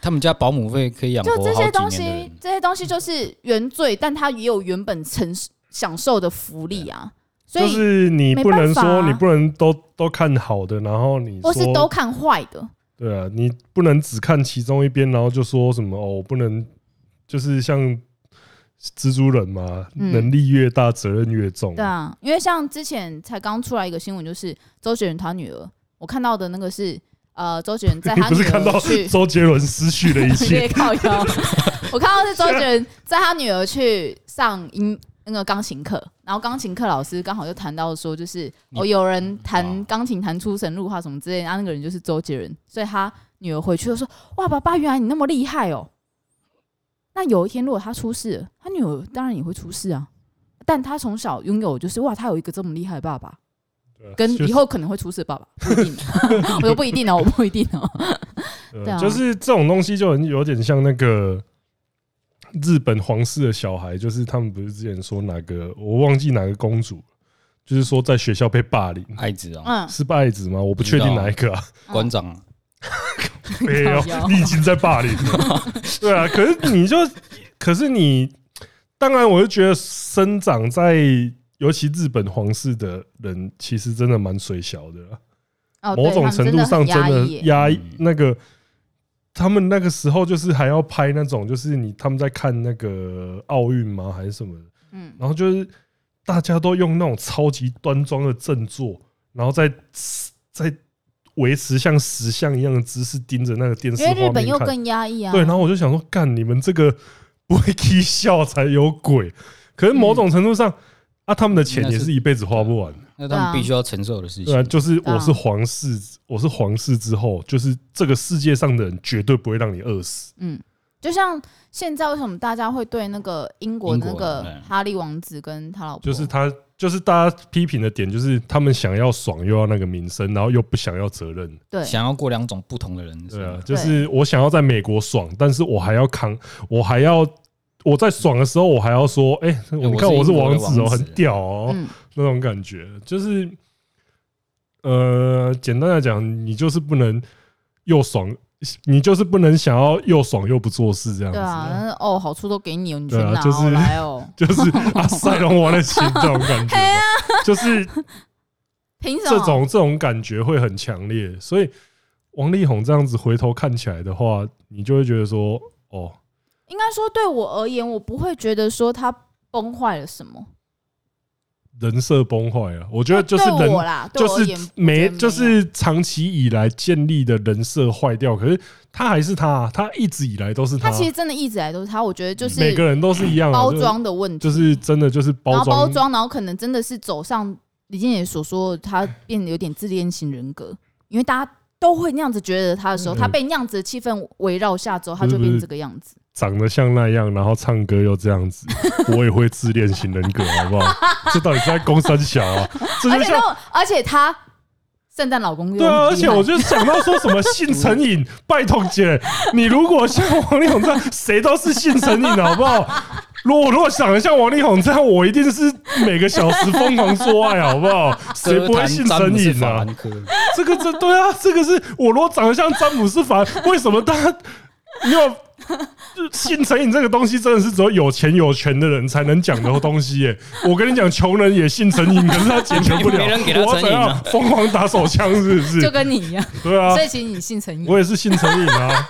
Speaker 3: 他们家保姆费可以养活
Speaker 1: 就这
Speaker 3: 好
Speaker 1: 些
Speaker 3: 几
Speaker 1: 东
Speaker 3: 年的
Speaker 1: 西
Speaker 3: 人，。
Speaker 1: 这些东西就是原罪，但它也有原本承享受的福利啊。所
Speaker 2: 就
Speaker 1: 以、
Speaker 2: 是你不能
Speaker 1: 没办法
Speaker 2: 说
Speaker 1: 啊
Speaker 2: 你不能都都看好的，然后你
Speaker 1: 或是
Speaker 2: 说
Speaker 1: 都看坏的，
Speaker 2: 对啊，你不能只看其中一边，然后就说什么哦，我不能就是像蜘蛛人嘛，
Speaker 1: 嗯
Speaker 2: 能力越大责任越重。
Speaker 1: 对啊。因为像之前才刚出来一个新闻，就是周杰伦他女儿，我看到的那个是呃，周杰伦在
Speaker 2: 你
Speaker 1: 他
Speaker 2: 不是
Speaker 1: 女
Speaker 2: 看
Speaker 1: 儿
Speaker 2: 到
Speaker 1: 去
Speaker 2: 周杰伦失去 了一切
Speaker 1: 越靠腰，我看到是周杰伦在他女儿去上音那个钢琴课，然后钢琴课老师刚好就谈到说，就是
Speaker 3: 你
Speaker 1: 哦有人弹
Speaker 3: 哦
Speaker 1: 钢琴弹出神入化什么之类的，然后那个人就是周杰伦，所以他女儿回去就说：“哇，爸爸，原来你那么厉害哦。”那有一天如果他出事了，他女儿当然也会出事啊。但他从小拥有就是哇，他有一个这么厉害的爸爸，
Speaker 2: 对啊
Speaker 1: 跟
Speaker 2: 就是
Speaker 1: 以后可能会出事的爸爸不一定， 我说不一定哦，我不一定哦。
Speaker 2: 对
Speaker 1: 对啊
Speaker 2: 就是这种东西就很有点像那个日本皇室的小孩，就是他们不是之前说哪个我忘记哪个公主，就是说在学校被霸凌，
Speaker 3: 爱子啊，
Speaker 1: 嗯，
Speaker 2: 是爱子吗？我不确定哪一个啊，
Speaker 3: 馆长啊，
Speaker 2: 没有
Speaker 1: 靠腰，
Speaker 2: 你已经在霸凌了， 对啊，可是你就，可是你，当然，我就觉得生长在。尤其日本皇室的人，其实真的蛮水小的啦、啊
Speaker 1: 哦，对
Speaker 2: 某
Speaker 1: 他
Speaker 2: 种
Speaker 1: 们
Speaker 2: 程度上
Speaker 1: 很
Speaker 2: 真
Speaker 1: 压
Speaker 2: 的
Speaker 1: 抑耶
Speaker 2: 压抑
Speaker 3: 嗯
Speaker 2: 那个。他们那个时候就是还要拍那种，就是你他们在看那个奥运吗还是什么的，
Speaker 1: 嗯，
Speaker 2: 然后就是大家都用那种超级端庄的正坐，然后再再维持像石像一样的姿势盯着那个电视
Speaker 1: 因
Speaker 2: 画
Speaker 1: 为
Speaker 2: 面看。
Speaker 1: 日本又更压抑啊。
Speaker 2: 对，然后我就想说，干你们这个不会 k 笑才有鬼。可是某种程度上，
Speaker 1: 嗯
Speaker 2: 啊，他们的钱也是一辈子花不完。
Speaker 3: 嗯那他们必须要承受的事
Speaker 2: 对啊，
Speaker 3: 情。
Speaker 2: 就是
Speaker 1: 对啊
Speaker 2: 我是皇室，我是皇室之后，就是这个世界上的人绝对不会让你饿死。
Speaker 1: 嗯，就像现在为什么大家会对那个英国
Speaker 3: 英
Speaker 1: 那
Speaker 3: 国哎
Speaker 1: 个
Speaker 3: 对
Speaker 1: 哈利王子跟他老婆，
Speaker 2: 就是他，就是大家批评的点，就是他们想要爽，又要那个名声，然后又不想要责任。
Speaker 1: 对
Speaker 3: 想要过两种不同的人生，
Speaker 2: 对啊，就是我想要在美国爽，但是我还要扛，我还要我在爽的时候，我还要说，哎、
Speaker 3: 我
Speaker 2: 你看
Speaker 3: 是
Speaker 2: 我是
Speaker 3: 英国
Speaker 2: 王
Speaker 3: 的
Speaker 2: 子哦、
Speaker 3: 王子
Speaker 2: 很屌哦、
Speaker 1: 嗯，
Speaker 2: 那种感觉，就是呃，简单的讲，你就是不能又爽，你就是不能想要又爽又不做事这样子
Speaker 1: 对啊，
Speaker 2: 啊，
Speaker 1: 但是哦，好处都给你哦，你全
Speaker 2: 对啊
Speaker 1: 拿
Speaker 2: 就是
Speaker 1: 哦，来 哦，
Speaker 2: 就是啊，赛龙王的心这种 感觉，
Speaker 1: 啊
Speaker 2: 就是
Speaker 1: 凭什么？
Speaker 2: 这种这种感觉会很强烈，所以王力宏这样子回头看起来的话，你就会觉得说，哦，
Speaker 1: 应该说对我而言，我不会觉得说他崩坏了什么。
Speaker 2: 人设崩坏了。我觉得就是
Speaker 1: 哦对
Speaker 2: 人
Speaker 1: 我啦，对
Speaker 2: 就
Speaker 1: 我而言
Speaker 2: 是没
Speaker 1: 我觉得
Speaker 2: 就是长期以来建立的人设坏掉，可是他还是他啊，他一直以来都是
Speaker 1: 他其实真的一直以来都是他，我觉得就是
Speaker 2: 每个人都是一样啊，
Speaker 1: 包
Speaker 2: 就是
Speaker 1: 装的问题，
Speaker 2: 就是真的就是
Speaker 1: 然
Speaker 2: 包
Speaker 1: 后包
Speaker 2: 装，
Speaker 1: 装，然后可能真的是走上李健也所说，他变得有点自恋型人格，因为大家都会那样子觉得他的时候，
Speaker 2: 嗯
Speaker 1: 他被那样子的气氛围绕下之后，他
Speaker 2: 不是
Speaker 1: 就变
Speaker 2: 不是
Speaker 1: 这个样子。
Speaker 2: 长得像那样，然后唱歌又这样子，我也会自恋型人格，好不好？这到底是在攻三小啊？这
Speaker 1: 而
Speaker 2: 就
Speaker 1: 且
Speaker 2: 像
Speaker 1: 那而且他圣诞老公公
Speaker 2: 对啊，而且我
Speaker 1: 就
Speaker 2: 就想到说什么性 成瘾，拜托姐，你如果像王力宏这样，谁都是性成瘾，好不好？如果我如果想得像王力宏这样，我一定是每个小时疯狂做爱，好不好？谁不会性成瘾
Speaker 3: 法
Speaker 2: 啊？
Speaker 3: 兰克，
Speaker 2: 这个这对啊，这个是我如果长得像詹姆斯凡，为什么大家没有？就性成瘾这个东西真的是只有有钱有权的人才能讲的东西耶、我跟你讲，穷人也性成瘾，可是他解决不了。
Speaker 3: 没人给他
Speaker 2: 我
Speaker 3: 成瘾
Speaker 2: 怎
Speaker 3: 啊
Speaker 2: 样疯狂打手枪是不？
Speaker 1: 就是跟你一样，
Speaker 2: 对啊，
Speaker 1: 所以其实你性成瘾。
Speaker 2: 我也是性成瘾 啊。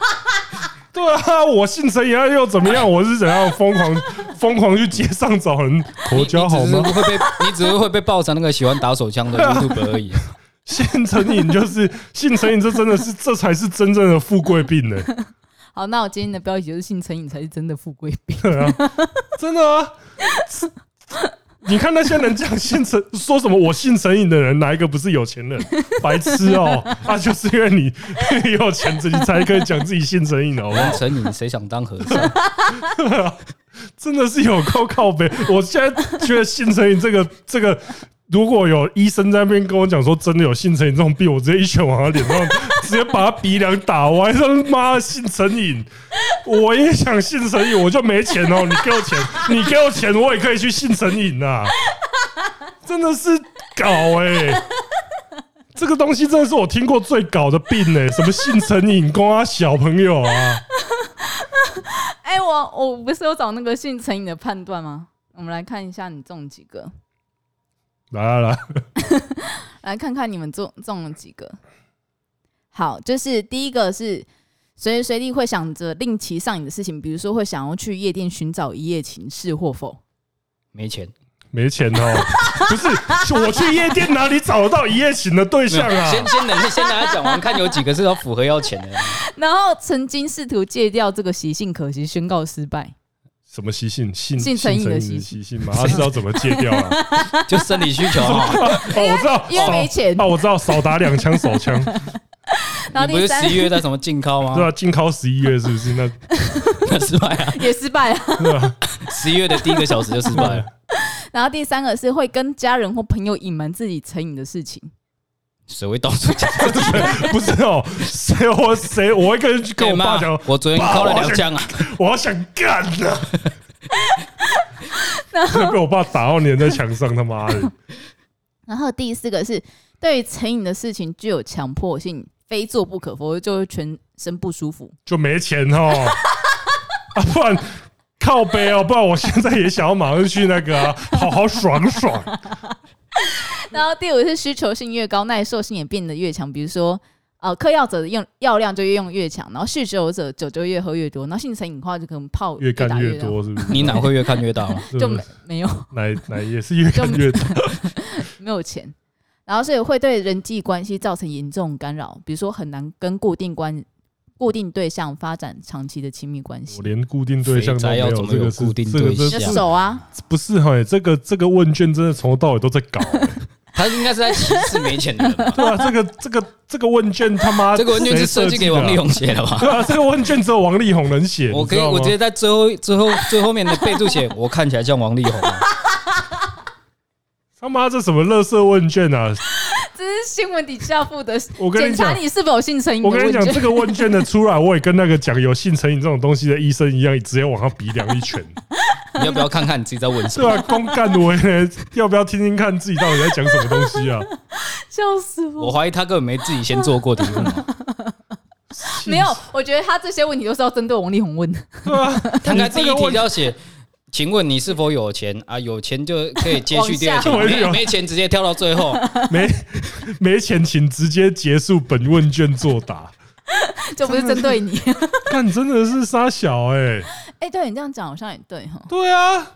Speaker 2: 对啊，我性成瘾啊又怎么样？我是怎样疯狂疯狂去街上找人口
Speaker 3: 你
Speaker 2: 交好
Speaker 3: 你只是
Speaker 2: 吗？
Speaker 3: 会被你只是会被爆成那个喜欢打手枪 的 YouTube 而已啊，
Speaker 2: 性成瘾就是性成瘾，这真的是这才是真正的富贵病呢、
Speaker 1: 好，那我今天的标题就是性成瘾才是真的富贵病。
Speaker 2: 对啊，真的啊。你看那些人讲性成说什么我性成瘾的人，哪一个不是有钱人？白痴哦、啊，就是因为你 有钱，自己才可以讲自己性成瘾，好不好？
Speaker 3: 成瘾谁想当和尚？
Speaker 2: 真的是有够靠背。 我现在觉得性成瘾这个这个，如果有医生在那边跟我讲说真的有性成瘾这种病，我直接一拳往他脸上，直接把他鼻梁打歪，说妈的性成瘾，我也想性成瘾，我就没钱哦、你给我钱， 你给我钱，我也可以去性成瘾呐、真的是搞哎、这个东西真的是我听过最搞的病哎、什么性成瘾，光小朋友啊，
Speaker 1: 哎、我我不是有找那个性成瘾的判断吗？我们来看一下你中几个，
Speaker 2: 来来来，
Speaker 1: 来看看你们中中了几个。好，就是第一个是随时随地会想着令其上瘾的事情，比如说会想要去夜店寻找一夜情，是或否？
Speaker 3: 没钱，
Speaker 2: 没钱哦， 不是我去夜店哪里找得到一夜情的对象
Speaker 3: 没有
Speaker 2: 啊？
Speaker 3: 先先等，先等他讲完，看有几个是要符合要钱的。
Speaker 1: 然后曾经试图戒掉这个习性，可惜宣告失败。
Speaker 2: 什么习性？性
Speaker 1: 性成瘾的习
Speaker 2: 习
Speaker 1: 性
Speaker 2: 性嘛？他知道怎么戒 掉啊？
Speaker 3: 就生理需求啊，
Speaker 2: 哦，我知道，
Speaker 1: 因为没钱
Speaker 2: 少啊，我知道，少打两枪手枪，
Speaker 1: 然后
Speaker 3: 哦你不
Speaker 1: 第
Speaker 3: 是
Speaker 1: 三
Speaker 3: 十一月在什么禁靠
Speaker 2: 对
Speaker 3: 吗？
Speaker 2: 吧？禁靠十一月是不是？那
Speaker 3: 那失败啊，
Speaker 1: 也失败了。
Speaker 2: 对吧？
Speaker 3: 十一月的第一个小时就失败了，
Speaker 1: 然后第三个是会跟家人或朋友隐瞒自己成瘾的事情。
Speaker 3: 谁会到处讲？
Speaker 2: 不是哦，谁我谁我会跟跟我爸讲
Speaker 3: 欸妈，我昨天
Speaker 2: 爸
Speaker 3: 靠了
Speaker 2: 我
Speaker 3: 两
Speaker 2: 想
Speaker 3: 枪啊，
Speaker 2: 我好想干 呐，就被我爸打到粘在墙上，他妈的！
Speaker 1: 然后第四个是对于成瘾的事情具有强迫性，非做不可，否则就会全身不舒服。
Speaker 2: 就没钱哦， 啊，不然靠背哦，不然我现在也想要马上去那个 啊、好好爽爽，
Speaker 1: 然后第五是需求性越高，耐受性也变得越强。比如说，呃嗑药者的用药量就越用越强，然后酗酒者酒就越喝越多，然后性成瘾的话就可能泡
Speaker 2: 越
Speaker 1: 打
Speaker 2: 干
Speaker 1: 越
Speaker 2: 越
Speaker 1: 大，
Speaker 2: 多，是不是？
Speaker 3: 你哪会越看越大嘛？
Speaker 2: 是不是
Speaker 1: 就没没有
Speaker 2: 奶奶也是越干越多，
Speaker 1: 没有钱，然后所以会对人际关系造成严重干扰，比如说很难跟固定关固定对象发展长期的亲密关系
Speaker 2: 我。连固定对象都没
Speaker 3: 肥宅要怎么
Speaker 2: 这
Speaker 3: 有
Speaker 2: 个是
Speaker 3: 固定
Speaker 2: 这个
Speaker 3: 对
Speaker 2: 真
Speaker 1: 你
Speaker 2: 是
Speaker 1: 的
Speaker 3: 象
Speaker 1: 手 啊，
Speaker 2: 不是哈、这个这个问卷真的从头到尾都在 搞、
Speaker 3: 他应该是在歧视没钱的人吧？
Speaker 2: 对啊，这个这个这个问卷他妈
Speaker 3: 这个问卷是
Speaker 2: 谁
Speaker 3: 设计给王力宏写的吧？
Speaker 2: 对啊，这个问卷只有王力宏能写，
Speaker 3: 我
Speaker 2: 你知
Speaker 3: 可以，
Speaker 2: 道吗
Speaker 3: 我直接在最后最后最后面的备注写，我看起来像王力宏啊，
Speaker 2: 他妈这什么垃圾问卷啊！
Speaker 1: 这是新闻底下附的
Speaker 2: 我跟
Speaker 1: 检
Speaker 2: 你
Speaker 1: 查
Speaker 2: 讲，
Speaker 1: 你是否有性成瘾的
Speaker 2: 我跟你
Speaker 1: 问
Speaker 2: 讲，
Speaker 1: 卷。
Speaker 2: 这个问卷的出来，我也跟那个讲有性成瘾这种东西的医生一样，直接往上鼻梁一 拳。
Speaker 3: 你要不要看看你自己在问什
Speaker 2: 对
Speaker 3: 么？
Speaker 2: 啊，公干我呢，要不要听听看自己到底在讲什么东西啊？
Speaker 1: 笑死
Speaker 3: 我
Speaker 1: 我！
Speaker 3: 怀疑他根本没自己先做过题目，
Speaker 1: 没有，我觉得他这些问题都是要针对王力宏问的。
Speaker 2: 对啊，
Speaker 3: 他应该第
Speaker 2: 这
Speaker 3: 一
Speaker 2: 个
Speaker 3: 题
Speaker 2: 问
Speaker 3: 就要写。请问你是否有钱啊？有钱就可以接续第二
Speaker 2: 往
Speaker 3: 题，
Speaker 2: 下
Speaker 3: 没没钱直接跳到最后。
Speaker 2: 没没钱，请直接结束本问卷作答。
Speaker 1: 就不是针对你。
Speaker 2: 干真的是傻小哎、
Speaker 1: 哎、对你这样讲好像也对哈，
Speaker 2: 对啊，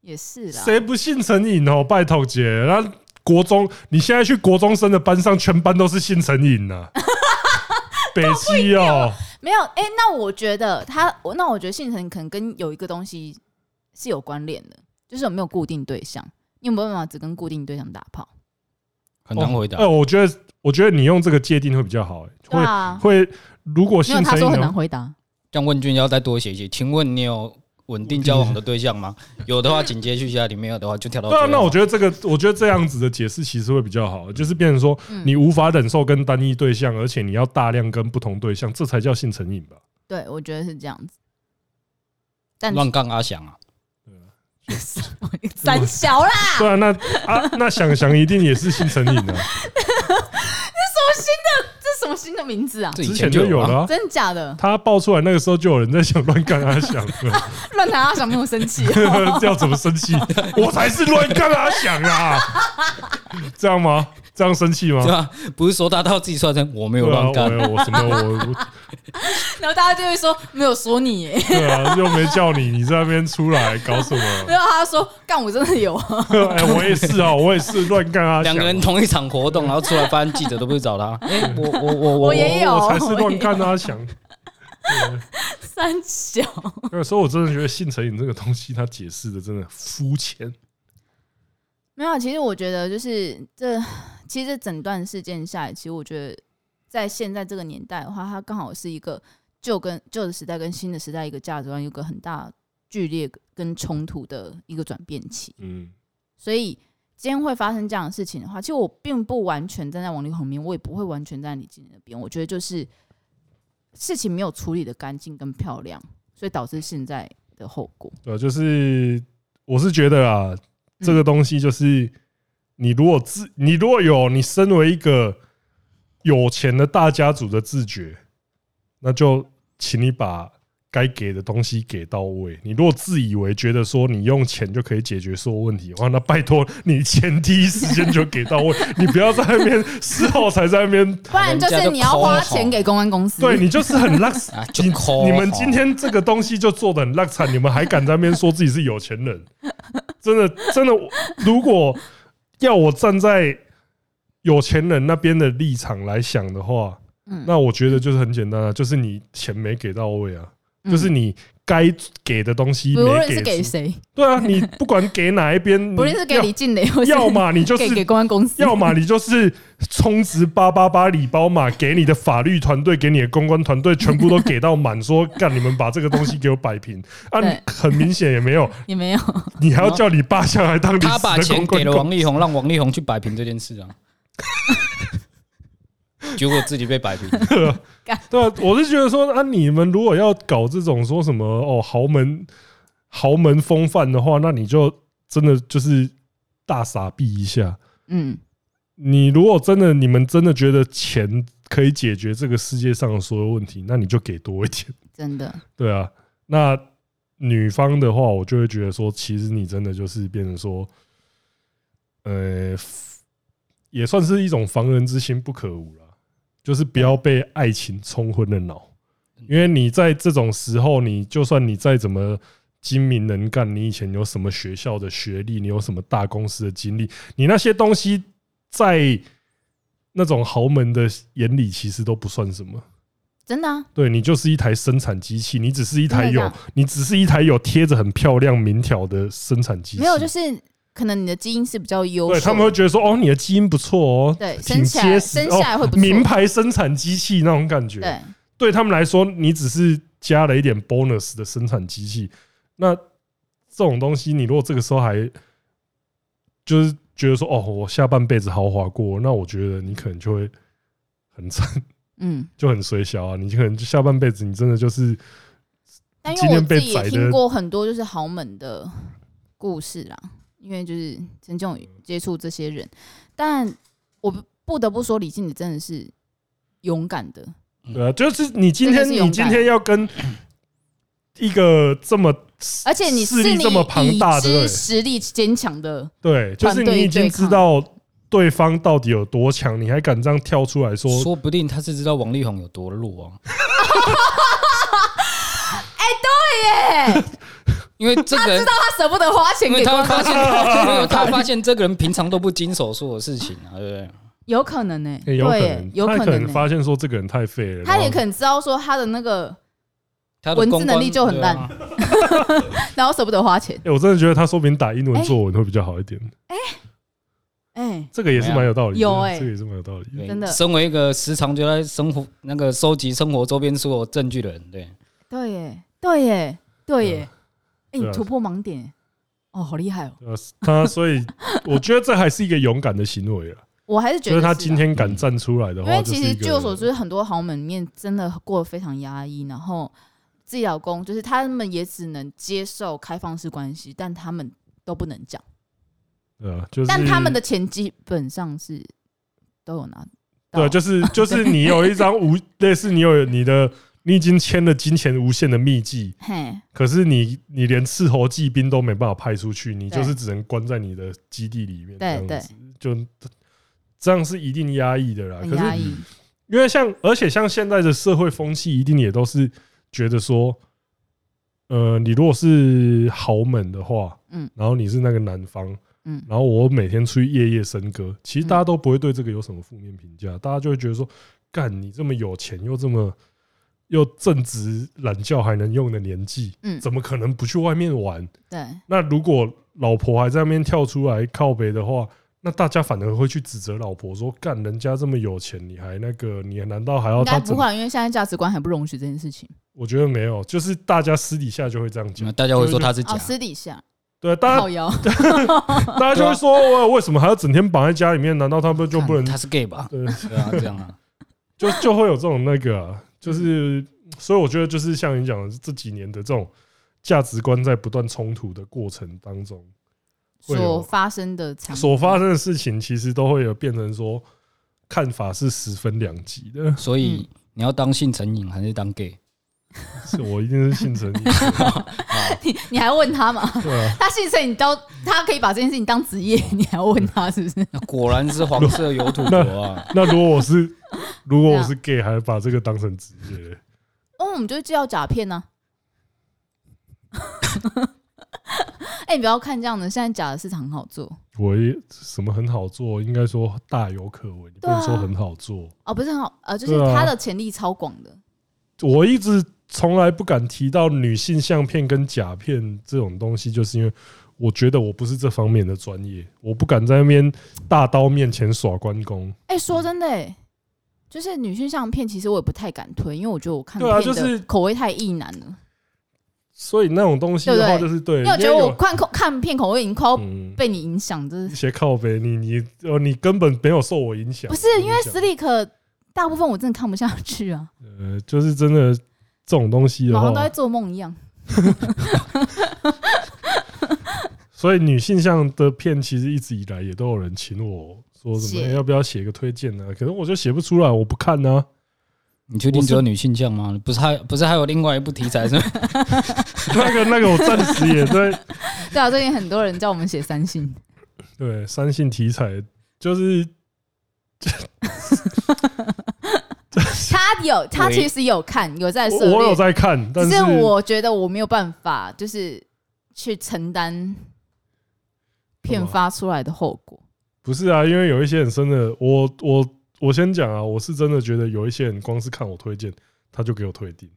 Speaker 1: 也是啊啦。
Speaker 2: 谁不性成瘾哦？拜托姐，那国中你现在去国中生的班上，全班都是性成 瘾呢、北七哦，
Speaker 1: 没有？哎、那我觉得他，我那我觉得性成瘾可能跟有一个东西是有关联的，就是有没有固定对象。你有没有办法只跟固定对象打炮？
Speaker 3: 很难回答
Speaker 2: 哎、。我觉得，我觉得你用这个界定会比较好、
Speaker 1: 对
Speaker 2: 哎
Speaker 1: 啊，
Speaker 2: 会会，如果
Speaker 1: 没有
Speaker 2: 性
Speaker 1: 他
Speaker 2: 成
Speaker 1: 说
Speaker 2: 瘾
Speaker 1: 很难
Speaker 2: 的，
Speaker 1: 回答。
Speaker 3: 像问卷要再多写一些，请问你有稳定交往的对象吗？有的话，请接续下题；没有的话，就跳到
Speaker 2: 嗯对
Speaker 3: 最
Speaker 2: 啊
Speaker 3: 后。，
Speaker 2: 那我觉得这个，我觉得这样子的解释其实会比较好，就是变成说
Speaker 1: 嗯
Speaker 2: 你无法忍受跟单一对象，而且你要大量跟不同对象，这才叫性成瘾吧。
Speaker 1: 对，我觉得是这样子。但
Speaker 3: 乱杠阿翔啊，
Speaker 1: 三小啦，
Speaker 2: 对啊，那啊，那想想一定也是性成瘾的、啊，
Speaker 1: 这是什么新的名字啊？
Speaker 3: 这以
Speaker 2: 之前就
Speaker 3: 就
Speaker 2: 有
Speaker 3: 啊。
Speaker 2: 了、啊。
Speaker 1: 真的假的？
Speaker 2: 他爆出来那个时候，就有人在想乱干阿翔了，
Speaker 1: 乱谈阿翔没有生气、哦
Speaker 2: 要怎么生气？我才是乱干阿翔啊！ 这样吗？这样生气吗
Speaker 3: 对？啊，不是说他到自己算成我没
Speaker 2: 对
Speaker 3: 有
Speaker 2: 啊，
Speaker 3: 乱
Speaker 2: 我
Speaker 3: 干，
Speaker 2: 我什么我我
Speaker 1: 然后大家就会说没有说你耶，
Speaker 2: 对啊，又没叫你，你在那边出来搞 什么？
Speaker 1: 然后他说干我真的有啊，
Speaker 2: 哎，我也是啊，我也是乱干阿翔
Speaker 3: 两个人，同一场 活动，然后出来发现记者都不是找他，哎、我我我我
Speaker 1: 我也有
Speaker 2: 我才是乱干阿 翔。
Speaker 1: 三小。
Speaker 2: 对，所以我真的觉得性成瘾这个东西，它解释的真的肤浅。
Speaker 1: 没有啊，其实我觉得就是这，其实整段事件下来，其实我觉得在现在这个年代的话，它刚好是一个旧跟旧的时代跟新的时代一个价值观有个很大剧烈跟冲突的一个转变期。
Speaker 2: 嗯，
Speaker 1: 所以今天会发生这样的事情的话，其实我并不完全站在王力宏那边，我也不会完全站在李静那边。我觉得就是事情没有处理的干净跟漂亮，所以导致现在的后果。
Speaker 2: 对啊，就是我是觉得啊，这个东西就是你如果自你如果有你身为一个有钱的大家族的自觉，那就请你把该给的东西给到位。你如果自以为觉得说你用钱就可以解决所有问题的话，那拜托你钱第一时间就给到位， 你不要在那边事后才在那边。
Speaker 1: 不然就是你要花钱给公关公司。
Speaker 2: 对你就是很烂，
Speaker 3: 啊，就
Speaker 2: 你
Speaker 1: 哦
Speaker 3: 抠
Speaker 2: 你们今天这个东西就做的很烂惨，你们还敢在那边说自己是有钱 人？真的真的，我如果要我站在有钱人那边的立场来想的话，
Speaker 1: 嗯
Speaker 2: 那我觉得就是很简单啊，就是你钱没给到位啊，
Speaker 1: 嗯
Speaker 2: 就是你该给的东西
Speaker 1: 不论
Speaker 2: 没
Speaker 1: 是给
Speaker 2: 给足。
Speaker 1: 谁，
Speaker 2: 对啊，你不管给哪一边，
Speaker 1: 不论是给李静蕾，或
Speaker 2: 嗯要，
Speaker 1: 是
Speaker 2: 要么你就
Speaker 1: 给
Speaker 2: 是
Speaker 1: 给公安公司，
Speaker 2: 要么你就是充值八八八礼包码，给你的法律团队、给你的公关团队全部都给到满，说干你们把这个东西给我摆平啊！
Speaker 1: 对
Speaker 2: 很明显也没有，
Speaker 1: 也没 有。
Speaker 2: 你还要叫你爸下来当你
Speaker 3: 他把钱 给了王
Speaker 2: 公。
Speaker 3: 力宏，让王力宏去摆平这件事啊，结果自己被摆平，
Speaker 2: 对啊，我是觉得说啊，你们如果要搞这种说什么哦豪门豪门风范的话，那你就真的就是大傻逼一下。
Speaker 1: 嗯，
Speaker 2: 你如果真的你们真的觉得钱可以解决这个世界上的所有问题，那你就给多一点。
Speaker 1: 真的，
Speaker 2: 对啊，那女方的话，我就会觉得说，其实你真的就是变成说，呃，也算是一种防人之心不可无啦。就是不要被爱情冲昏了脑，因为你在这种时候，你就算你再怎么精明能干，你以前有什么学校的学历，你有什么大公司的经历，你那些东西在那种豪门的眼里其实都不算什么。
Speaker 1: 真的、啊，
Speaker 2: 对你就是一台生产机器，你只是一台
Speaker 1: 真的
Speaker 2: 有
Speaker 1: 假
Speaker 2: 你只是一台有贴着很漂亮名条的生产机器，
Speaker 1: 没有，就是可能你的基因是比较优秀的，
Speaker 2: 对他们会觉得说哦，你的基因不错哦，
Speaker 1: 对生
Speaker 2: 挺
Speaker 1: 起
Speaker 2: 结
Speaker 1: 来
Speaker 2: 实
Speaker 1: 生下来会
Speaker 2: 哦
Speaker 1: 不，错，
Speaker 2: 名牌生产机器那种感觉。
Speaker 1: 对，
Speaker 2: 对他们来说，你只是加了一点 bonus 的生产机器。那这种东西，你如果这个时候还就是觉得说，哦，我下半辈子豪华过，那我觉得你可能就会很惨，
Speaker 1: 嗯。
Speaker 2: 就很衰小啊。你可能就下半辈子，你真的就是
Speaker 1: 但因
Speaker 2: 今
Speaker 1: 为我
Speaker 2: 天被
Speaker 1: 自己
Speaker 2: 宰
Speaker 1: 也
Speaker 2: 的
Speaker 1: 听过很多就是豪门的故事啦，因为就是曾经有接触这些人，但我不不得不说，李静你真的是勇敢的，
Speaker 2: 对啊，就是你今天
Speaker 1: 真的是勇敢
Speaker 2: 你今天要跟一个这么
Speaker 1: 而且你
Speaker 2: 势
Speaker 1: 是
Speaker 2: 力
Speaker 1: 你
Speaker 2: 这么庞大的
Speaker 1: 已知
Speaker 2: 对
Speaker 1: 实力坚强的
Speaker 2: 对，就是
Speaker 1: 团队
Speaker 2: 你已经
Speaker 1: 对
Speaker 2: 知
Speaker 1: 抗
Speaker 2: 道对方到底有多强，你还敢这样跳出来说？
Speaker 3: 说不定他是知道王力宏有多弱啊。
Speaker 1: 耶，
Speaker 3: 因为这个人，
Speaker 1: 他舍不得花钱
Speaker 3: 因
Speaker 1: 给
Speaker 3: 为他
Speaker 1: 观众，
Speaker 3: 会发现，因为他会发现这个人平常都不经手做的事情啊，对不对？
Speaker 1: 有可能呢、
Speaker 2: 欸
Speaker 1: 对
Speaker 2: 有可
Speaker 1: 耶
Speaker 2: 能，，
Speaker 1: 有
Speaker 2: 他也可
Speaker 1: 能
Speaker 2: 能
Speaker 1: 呢、
Speaker 2: 发现说这个人太废了，
Speaker 1: 他也
Speaker 2: 然后
Speaker 1: 可能知道说他的那个，
Speaker 3: 他的
Speaker 1: 文字
Speaker 3: 公关
Speaker 1: 能力就很烂
Speaker 3: 对啊
Speaker 1: 然后舍不得花钱，
Speaker 2: 欸我真的觉得他说明打英文作文会比较好一点，
Speaker 1: 哎、
Speaker 2: 这个也是蛮有道理的，
Speaker 1: 有欸
Speaker 2: 这个也是蛮有道理的。
Speaker 3: 对啊
Speaker 1: 真的
Speaker 3: 身为一个时常就在生活那个收集生活周边所有证据的人，对，
Speaker 1: 对耶，对耶，对耶，哎、
Speaker 2: 对啊
Speaker 1: 你突破盲点耶，哦，好厉害哦！
Speaker 2: 呃，他所以我觉得这还是一个勇敢的行 为啊，
Speaker 1: 我还是觉
Speaker 2: 就
Speaker 1: 得
Speaker 2: 是他
Speaker 1: 是
Speaker 2: 今
Speaker 1: 啊
Speaker 2: 天敢站出来的
Speaker 1: 因
Speaker 2: 话，
Speaker 1: 为
Speaker 2: 就
Speaker 1: 其
Speaker 2: 是
Speaker 1: 实
Speaker 2: 一
Speaker 1: 据
Speaker 2: 个
Speaker 1: 我所知，很多豪门里面真的过得非常压抑，然后自己老公就是他们也只能接受开放式关系，但他们都不能讲。
Speaker 2: 呃，就是
Speaker 1: 但他们的钱基本上是都有拿到，
Speaker 2: 对，啊就是就是你有一张无类似你有你的，你已经签了金钱无限的秘籍，
Speaker 1: 嘿，
Speaker 2: 可是你你连斥候骑兵都没办法派出去，你
Speaker 1: 对
Speaker 2: 就是只能关在你的基地里面，这
Speaker 1: 对
Speaker 2: 样
Speaker 1: 对
Speaker 2: 子，就这样是一定压抑的啦。
Speaker 1: 很
Speaker 2: 可是
Speaker 1: 压抑，
Speaker 2: 因为像，而且像现在的社会风气，一定也都是觉得说，呃，你如果是豪门的话，
Speaker 1: 嗯
Speaker 2: 然后你是那个男方，
Speaker 1: 嗯
Speaker 2: 然后我每天出去夜夜笙歌，其实
Speaker 1: 嗯
Speaker 2: 大家都不会对这个有什么负面评价，大家就会觉得说，干你这么有钱又这么又正直懒觉还能用的年纪，
Speaker 1: 嗯
Speaker 2: 怎么可能不去外面玩？
Speaker 1: 对，
Speaker 2: 那如果老婆还在那边跳出来靠北的话，那大家反而会去指责老婆说：“干，人家这么有钱，你还那个，你难道还要
Speaker 1: 应该
Speaker 2: 他
Speaker 1: 不
Speaker 2: 怎
Speaker 1: 会
Speaker 2: 么
Speaker 1: 啊，因为现在价值观还不容许这件事情。？”
Speaker 2: 我觉得没有，就是大家私底下就会这样
Speaker 3: 你
Speaker 2: 讲
Speaker 3: 们。大家会说他是假
Speaker 1: 哦，，私底下
Speaker 2: 对，大
Speaker 1: 靠
Speaker 2: 家
Speaker 1: 腰，
Speaker 2: 大家就会说：“我为什么还要整天绑在家里面？难道他们就不能
Speaker 3: 嗯看他是 gay？”吧？
Speaker 2: 对，
Speaker 3: 对啊，这样啊，
Speaker 2: 就就会有这种那个啊、就是所以我觉得就是像你讲的，这几年的这种价值观在不断冲突的过程当中，会有
Speaker 1: 所发生的场
Speaker 2: 所发生的事情其实都会有变成说看法是十分两极的。
Speaker 3: 所以
Speaker 1: 嗯
Speaker 3: 你要当性成瘾还是当 gay？
Speaker 2: 是我一定是性成 瘾的，
Speaker 1: 你你还问他嘛？
Speaker 2: 对啊，
Speaker 1: 他信任你当他可以把这件事情当职业，你还问他是不是？
Speaker 3: 那果然是黄色有土国啊！
Speaker 2: 那如果我是如
Speaker 1: 啊
Speaker 2: 果我是 gay，还把这个当成职业，
Speaker 1: 哦，我们就叫诈骗呢。 哎、你不要看这样的，现在假的市场很好做
Speaker 2: 我也什么很好做，应该说大有可为，你不
Speaker 1: 对啊
Speaker 2: 能说很好做。
Speaker 1: 哦，不是很好，呃，就是
Speaker 2: 对啊
Speaker 1: 它的潜力超广的。
Speaker 2: 我一直从来不敢提到女性相片跟甲片这种东西，就是因为我觉得我不是这方面的专业，我不敢在那边大刀面前耍关公。
Speaker 1: 哎、说真的、哎，就是女性相片，其实我也不太敢推，因为我觉得我看
Speaker 2: 对啊
Speaker 1: 片
Speaker 2: 就是
Speaker 1: 的口味太异男了。所
Speaker 2: 所以那种东西的话，就是对，
Speaker 1: 因为我觉得
Speaker 2: 因为
Speaker 1: 我
Speaker 2: 有
Speaker 1: 看看片口味已经快要
Speaker 2: 嗯
Speaker 1: 被你影响，真
Speaker 2: 一
Speaker 1: 是
Speaker 2: 些靠背，你你哦，你根本没有受我影响，
Speaker 1: 不是因为斯
Speaker 2: 力，
Speaker 1: 利克大部分我真的看不下去啊，
Speaker 2: 呃，就是真的这种东西的
Speaker 1: 好像都在
Speaker 2: 话，
Speaker 1: 做梦一样。
Speaker 2: 所以女性向的片其实一直以来也都有人请我说什么、
Speaker 1: 写
Speaker 2: 哎要不要写个推荐呢、啊可是我就写不出来，我不看啊呢、
Speaker 3: 你确定只有女性向吗？不是还不是还有另外一部题材是吗？
Speaker 2: 那个那个，我暂时也在
Speaker 1: 对啊，最近很多人叫我们写三星，
Speaker 2: 对三性题材，就是
Speaker 1: 他有，他
Speaker 3: 喂
Speaker 1: 其实有看，有在涉
Speaker 2: 我我有
Speaker 1: 猎，
Speaker 2: 在看，但
Speaker 1: 只
Speaker 2: 是
Speaker 1: 是我觉得我没有办法，就是去承担
Speaker 2: 干
Speaker 1: 片
Speaker 2: 嘛
Speaker 1: 发出来的后果。
Speaker 2: 不是啊，因为有一些人真的，我我我先讲啊，我是真的觉得有一些人光是看我推荐，他就给我推定，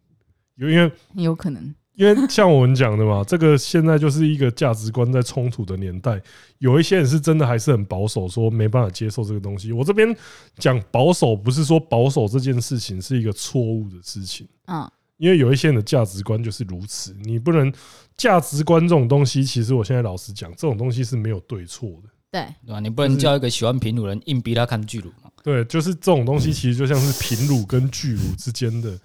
Speaker 2: 因为
Speaker 1: 有可能，
Speaker 2: 因为像我们讲的嘛， 这个现在就是一个价值观在冲突的年代，有一些人是真的还是很保守，说没办法接受这个东西。我这边讲保守，不是说保守这件事情是一个错误的事情，
Speaker 1: 嗯，
Speaker 2: 因为有一些人的价值观就是如此，你不能价值观这种东西，其实我现在老实讲，这种东西是没有对错的。
Speaker 1: 对，
Speaker 3: 对吧？你不能叫一个喜欢平乳的人硬逼他看巨乳嘛？
Speaker 2: 对，就是这种东西，其实就像是平乳跟巨乳之间的，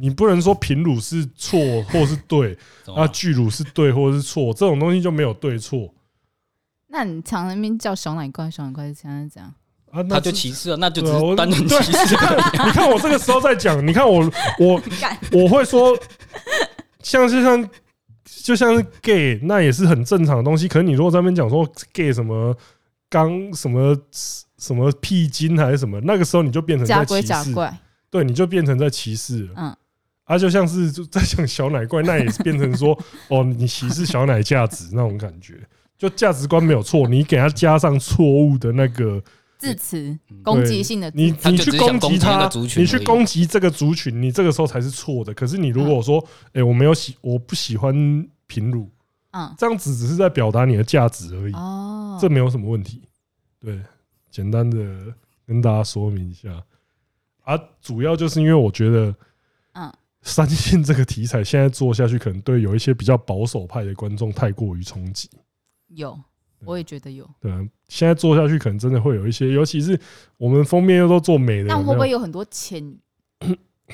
Speaker 2: 你不能说平乳是错或是对，
Speaker 3: 懂吗
Speaker 2: 啊，巨乳是对或是错，这种东西就没有对错
Speaker 1: 那你常那边叫小奶怪，小奶怪现在是 怎样？
Speaker 2: 啊。那
Speaker 3: 他就是歧视了，那就只
Speaker 2: 对啊我
Speaker 3: 是单纯歧 视而已。
Speaker 2: 你看我这个时候在讲，你看我我我会说，像是像就像是 gay，那也是很正常的东西。可是你如果在那边讲说 gay 什么刚什么什么屁精还是什么，那个时候你就变成
Speaker 1: 假
Speaker 2: 在
Speaker 1: 鬼
Speaker 2: 歧
Speaker 1: 假
Speaker 2: 视，
Speaker 1: 怪，
Speaker 2: 对，你就变成在歧视了。
Speaker 1: 嗯，
Speaker 2: 啊，就像是就在讲小奶怪，那也是变成说 哦，你歧视小奶价值那种感觉，就价值观没有错，你给他加上错误的那个，
Speaker 1: 字词
Speaker 3: 嗯
Speaker 1: 攻击性的字
Speaker 2: 你
Speaker 1: 词，
Speaker 3: 他
Speaker 2: 你
Speaker 3: 就只
Speaker 2: 去
Speaker 3: 是想
Speaker 2: 击
Speaker 3: 攻击那
Speaker 2: 他
Speaker 3: 个族，群
Speaker 2: 你去
Speaker 3: 而已
Speaker 2: 攻击这个族群，你这个时候才是错的。可是你如
Speaker 3: 嗯
Speaker 2: 果说，哎，我没有喜，我不喜欢平乳，
Speaker 1: 嗯，
Speaker 2: 这样子只是在表达你的价值而已，
Speaker 1: 哦，
Speaker 2: 这没有什么问题。对，简单的跟大家说明一下。啊，主要就是因为我觉得
Speaker 1: 嗯，
Speaker 2: 三性这个题材现在做下去，可能对有一些比较保守派的观众太过于冲击。
Speaker 1: 有，我也觉得有，
Speaker 2: 对啊，现在做下去可能真的会有一些，尤其是我们封面又都做美的，
Speaker 1: 但
Speaker 2: 有没
Speaker 1: 会不
Speaker 2: 有
Speaker 1: 会有很多 潜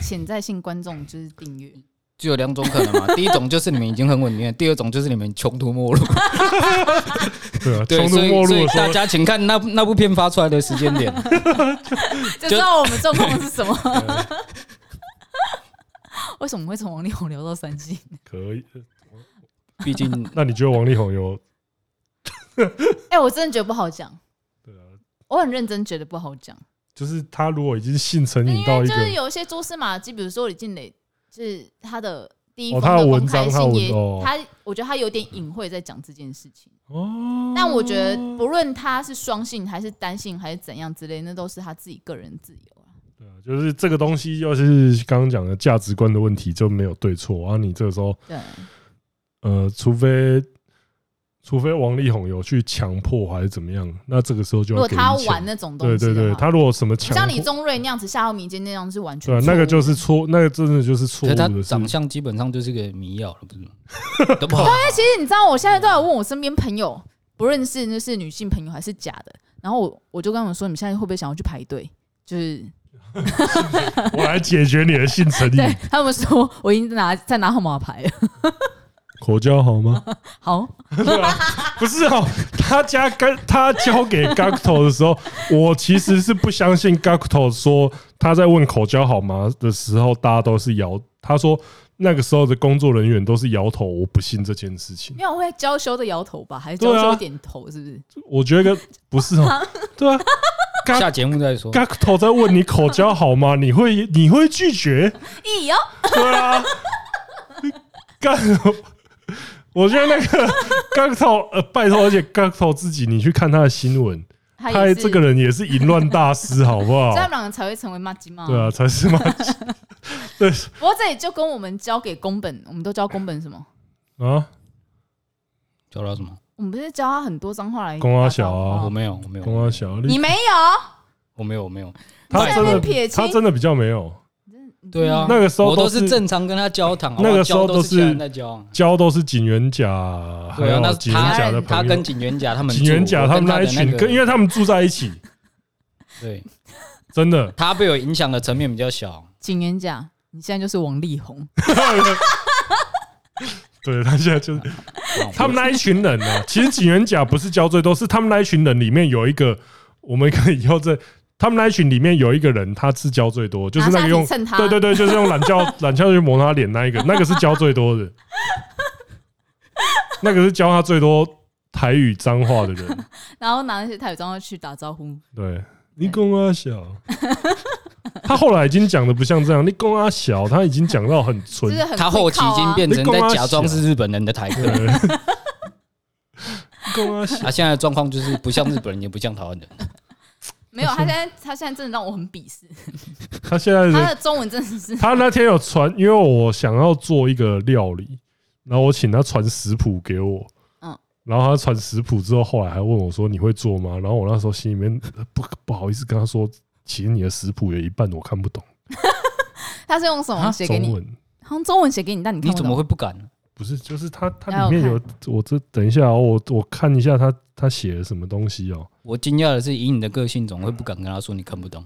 Speaker 1: 潜在性观众就是订阅？
Speaker 3: 就有两种可能嘛，第一种就是你们已经很稳定了，第二种就是你们穷途 末路。
Speaker 2: 对啊，
Speaker 3: 对，
Speaker 2: 穷途
Speaker 3: 所以
Speaker 2: 末路
Speaker 3: 所以
Speaker 2: 的时
Speaker 3: 大
Speaker 2: 候，
Speaker 3: 家请看那部那部片发出来的时间 点，
Speaker 1: 就知道我们状况是什么。 为什么会从王力宏聊到三星？
Speaker 2: 嗯可以。
Speaker 3: 毕竟
Speaker 2: 那你觉得王力宏有？
Speaker 1: 哎、我真的觉得不好讲，
Speaker 2: 对啊，
Speaker 1: 我很认真觉得不好讲，
Speaker 2: 就是他如果已经性成瘾
Speaker 1: 因
Speaker 2: 到
Speaker 1: 为
Speaker 2: 一
Speaker 1: 就
Speaker 2: 个，
Speaker 1: 是有一些蛛丝马迹，比如说李静蕾，就是他的第一
Speaker 2: 哦
Speaker 1: 封
Speaker 2: 他的文
Speaker 1: 公开
Speaker 2: 章他的
Speaker 1: 信
Speaker 2: 文
Speaker 1: 也，
Speaker 2: 哦
Speaker 1: 他我觉得他有点隐晦在讲这件事情。
Speaker 2: 哦
Speaker 1: 但我觉得不论他是双性还是单性还是怎样之类，那都是他自己个人自由啊。
Speaker 2: 对啊，就是这个东西，要是刚刚讲的价值观的问题，就没有对错。然后你这个时候，
Speaker 1: 对，
Speaker 2: 呃，除非除非王力宏有去强迫还是怎么样，那这个时候就
Speaker 1: 如果
Speaker 2: 要给
Speaker 1: 他
Speaker 2: 你钱
Speaker 1: 玩那种东
Speaker 2: 对
Speaker 1: 西的
Speaker 2: 对
Speaker 1: 话，
Speaker 2: 对，他如果什么
Speaker 1: 不
Speaker 2: 强
Speaker 1: 像李
Speaker 2: 迫，
Speaker 1: 宗瑞那样子下到民间那样是完全
Speaker 2: 对啊，那个
Speaker 1: 错误的
Speaker 2: 就是错，那个真的就是错
Speaker 3: 可
Speaker 2: 误
Speaker 3: 是他
Speaker 2: 的事
Speaker 3: 呃长。相基本上就是个迷药了，不是吗？ 都不好。
Speaker 1: 其实你知道，我现在都在问我身边朋友，不认识就是女性朋友还是假的，然后我我就跟他们说，你们现在会不会想要去排队？就是
Speaker 2: 我来解决你的性成瘾，
Speaker 1: 对他们说，我已经拿在拿号码牌了。
Speaker 2: 口交好吗？
Speaker 1: 好，
Speaker 2: 对啊，不是哦，他家跟他交给 Gacto 的时候，我其实是不相信 Gacto 说他在问口交好吗的时候，大家都是摇。他说那个时候的工作人员都是摇头，我不信这件事情。
Speaker 1: 没有我会娇羞的摇头吧，还是
Speaker 2: 对
Speaker 1: 娇
Speaker 2: 啊
Speaker 1: 羞点头？是不是？
Speaker 2: 我觉得不是哦，对啊
Speaker 3: 下节目再说。
Speaker 2: ，Gacto 在问你口交好吗，你会你会拒绝？
Speaker 1: 咦哟、
Speaker 2: 对啊，干！我觉得那个 Gacto 呃，拜托，而且 Gacto 自己，你去看他的新闻。
Speaker 1: 他
Speaker 2: 他
Speaker 1: 也是
Speaker 2: 这个，人也是淫乱大师，好不好
Speaker 1: 所以？他们两个才会成为妈吉妈。
Speaker 2: 对啊，，才是嘛。对
Speaker 1: 不过这也就跟我们交给宫本，我们都教宫本什么？
Speaker 2: 啊，
Speaker 3: 叫他什么？
Speaker 1: 我们不是教他很多脏话来
Speaker 2: 公阿小
Speaker 1: 打
Speaker 2: 啊
Speaker 1: 招呼吗
Speaker 3: 我没有，我没
Speaker 2: 公安
Speaker 3: 有，
Speaker 2: 小
Speaker 1: 你
Speaker 2: 丽，
Speaker 1: 没有，
Speaker 3: 我没有，我没有。
Speaker 2: 他真
Speaker 1: 在那边
Speaker 2: 的
Speaker 1: 撇清
Speaker 2: 他真的比较没有。
Speaker 3: 对啊
Speaker 2: 那个时候
Speaker 3: 我都
Speaker 2: 是
Speaker 3: 是正常跟他交谈，
Speaker 2: 那个时候
Speaker 3: 交
Speaker 2: 都
Speaker 3: 都
Speaker 2: 是
Speaker 3: 其他人在交。
Speaker 2: 教都是警员甲，还
Speaker 3: 对啊，那
Speaker 2: 有
Speaker 3: 是
Speaker 2: 警员甲的
Speaker 3: 他他
Speaker 2: 朋友
Speaker 3: 跟，警员甲他们住，
Speaker 2: 警员甲
Speaker 3: 我
Speaker 2: 他
Speaker 3: 跟
Speaker 2: 们
Speaker 3: 他
Speaker 2: 那
Speaker 3: 的
Speaker 2: 一群，
Speaker 3: 个
Speaker 2: 跟因为他们住在一起，
Speaker 3: 对
Speaker 2: 真 的
Speaker 3: 他被我影响的层面比较小。哦
Speaker 1: 景言讲，你现在就是王力宏，
Speaker 2: 对他现在就是
Speaker 3: 那我
Speaker 2: 他们那一群人呢、啊其实警员甲不是教最多，是他们那一群人里面有一个，我们可以以后这他们那一群里面有一个人，他是教最多，就是那个用
Speaker 1: 拿下去蹭他
Speaker 2: 对对对，就是用懒觉懒觉去磨他脸那一个，那个是教最多的，那个是教他最多台语脏话的人。
Speaker 1: 然后拿那些台语装去打招呼，
Speaker 2: 对，你公阿小，他后来已经讲的不像这样，你公阿小，他已经讲到很
Speaker 1: 这
Speaker 2: 纯
Speaker 1: 个很啊
Speaker 3: 他后期已经变成在假装是日本人的台客，
Speaker 2: 对，跟我
Speaker 3: 他现在的状况就是不像日本人，也不像台湾 人。
Speaker 1: 没有，他现在他现在真的让我很鄙视，
Speaker 2: 他现在
Speaker 1: 他的
Speaker 2: 是，
Speaker 1: 中文真的 是
Speaker 2: 他那天有传，因为我想要做一个料理，然后我请他传食谱给我，
Speaker 1: 嗯
Speaker 2: 然后他传食谱之后，后来还问我说你会做吗？然后我那时候心里面呃不不好意思跟他说，其实你的食谱有一半我看不懂，
Speaker 1: 他是用什么啊写给
Speaker 2: 中
Speaker 1: 你？
Speaker 2: 文
Speaker 1: 他用中文写给你，但你看
Speaker 3: 你
Speaker 1: 不
Speaker 3: 怎么
Speaker 1: 懂
Speaker 3: 会不敢？
Speaker 2: 不是，就是他
Speaker 1: 来
Speaker 2: 他
Speaker 1: 我
Speaker 2: 里面
Speaker 1: 看
Speaker 2: 有我这等一下哦，我我看一下他他写了什么东西哦，
Speaker 3: 我惊讶的是，以你的个性，总会不敢跟他说你看不懂。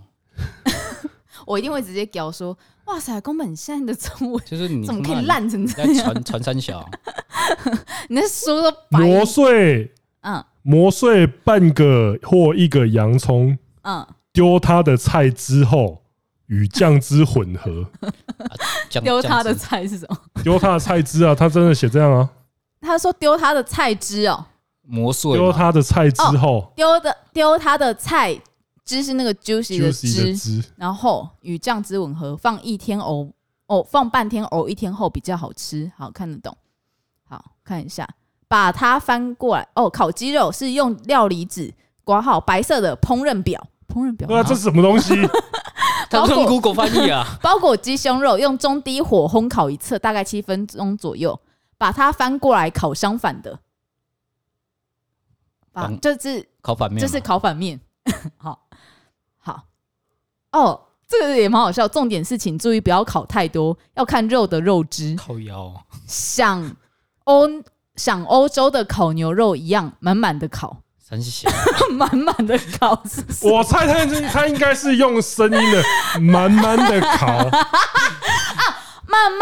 Speaker 1: 我一定会直接屌说，哇塞，宫本现在的中文
Speaker 3: 就是你
Speaker 1: 怎么
Speaker 3: 他
Speaker 1: 可
Speaker 3: 妈
Speaker 1: 以烂成
Speaker 3: 你
Speaker 1: 这
Speaker 3: 在传传三小，
Speaker 1: 你那书都白
Speaker 2: 磨碎
Speaker 1: 嗯
Speaker 2: 磨碎半个或一个洋葱。
Speaker 1: 嗯，
Speaker 2: 丢他的菜之后，与酱汁混合，
Speaker 3: 这样
Speaker 1: 丢他
Speaker 3: 这
Speaker 1: 的
Speaker 3: 样子
Speaker 1: 菜是什么？
Speaker 2: 丢他的菜汁啊，他真的写这样啊，
Speaker 1: 他说丢他的菜汁哦，
Speaker 3: 磨碎
Speaker 2: 丢
Speaker 3: 嘛，
Speaker 2: 他的菜之后
Speaker 1: 丢的丢他的菜汁是那个 juicy 的
Speaker 2: ，juicy 的
Speaker 1: 汁，
Speaker 2: 汁，
Speaker 1: 然后与酱汁混合，放一天哦哦，放半天哦，一天后比较好吃，好看得懂。好看一下，把它翻过来哦，烤鸡肉是用料理纸刮好白色的烹饪表，烹饪表
Speaker 2: 对啊，
Speaker 1: 然后
Speaker 2: 这是什么 东西？
Speaker 3: 他
Speaker 1: 包
Speaker 3: 用
Speaker 1: 裹
Speaker 3: Google 翻译 啊，
Speaker 1: 包裹鸡胸肉，用中低火烘烤一次，大概七分钟左右，把它翻过来烤相反的，把
Speaker 3: 反
Speaker 1: 这是
Speaker 3: 考反面
Speaker 1: 这
Speaker 3: 嘛，
Speaker 1: 是烤反面。 好，好，哦，这个也蛮好笑。重点是，请注意不要烤太多，要看肉的肉 汁。
Speaker 3: 靠腰，哦
Speaker 1: 像欧像欧洲的烤牛肉一样，满满的烤，
Speaker 3: 三小，
Speaker 1: 满满的烤是什么
Speaker 2: 我猜他他应该是用声音的慢慢的 烤，
Speaker 1: 慢啊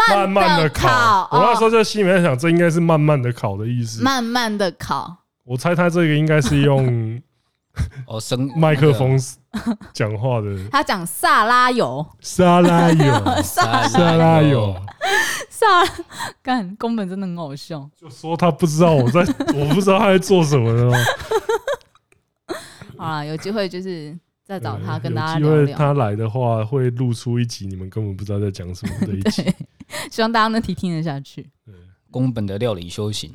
Speaker 1: 慢
Speaker 2: 慢慢的
Speaker 1: 地烤
Speaker 2: 烤。我那
Speaker 1: 哦
Speaker 2: 时候就心里面想，这应该是慢慢的烤的意思。
Speaker 1: 慢慢的烤。
Speaker 2: 我猜他这个应该 是用
Speaker 3: 哦，声
Speaker 2: 麦克风讲 话的
Speaker 1: 他讲萨拉油，
Speaker 2: 沙拉油，
Speaker 3: 沙
Speaker 2: 沙拉油。
Speaker 3: 哦
Speaker 1: 萨干宫本真的很好 笑。
Speaker 2: 就说他不知道我在，我不知道他在做什么呢。
Speaker 1: 好啦，有机会就是再找
Speaker 2: 对
Speaker 1: 他跟
Speaker 2: 哎嗯有
Speaker 1: 大家
Speaker 2: 机
Speaker 1: 聊
Speaker 2: 会
Speaker 1: 聊。
Speaker 2: 他来的话，会录出一集你们根本不知道在讲什么的一 集。
Speaker 1: 对，希望大家能体听得下去。
Speaker 3: 宫本的料理修行，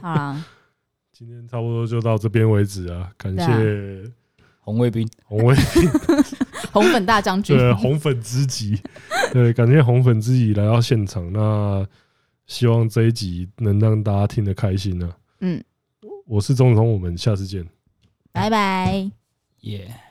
Speaker 1: 好啦，
Speaker 2: 今天差不多就到这边为止啊，感谢
Speaker 3: 红卫兵，
Speaker 2: 红卫
Speaker 1: 红粉大将军，
Speaker 2: 对红粉 知己，对，感谢红粉知己来到现场。那希望这一集能让大家听得开心呢、啊
Speaker 1: 嗯，
Speaker 2: 我是钟子通，我们下次见。
Speaker 1: 拜拜。
Speaker 3: 耶。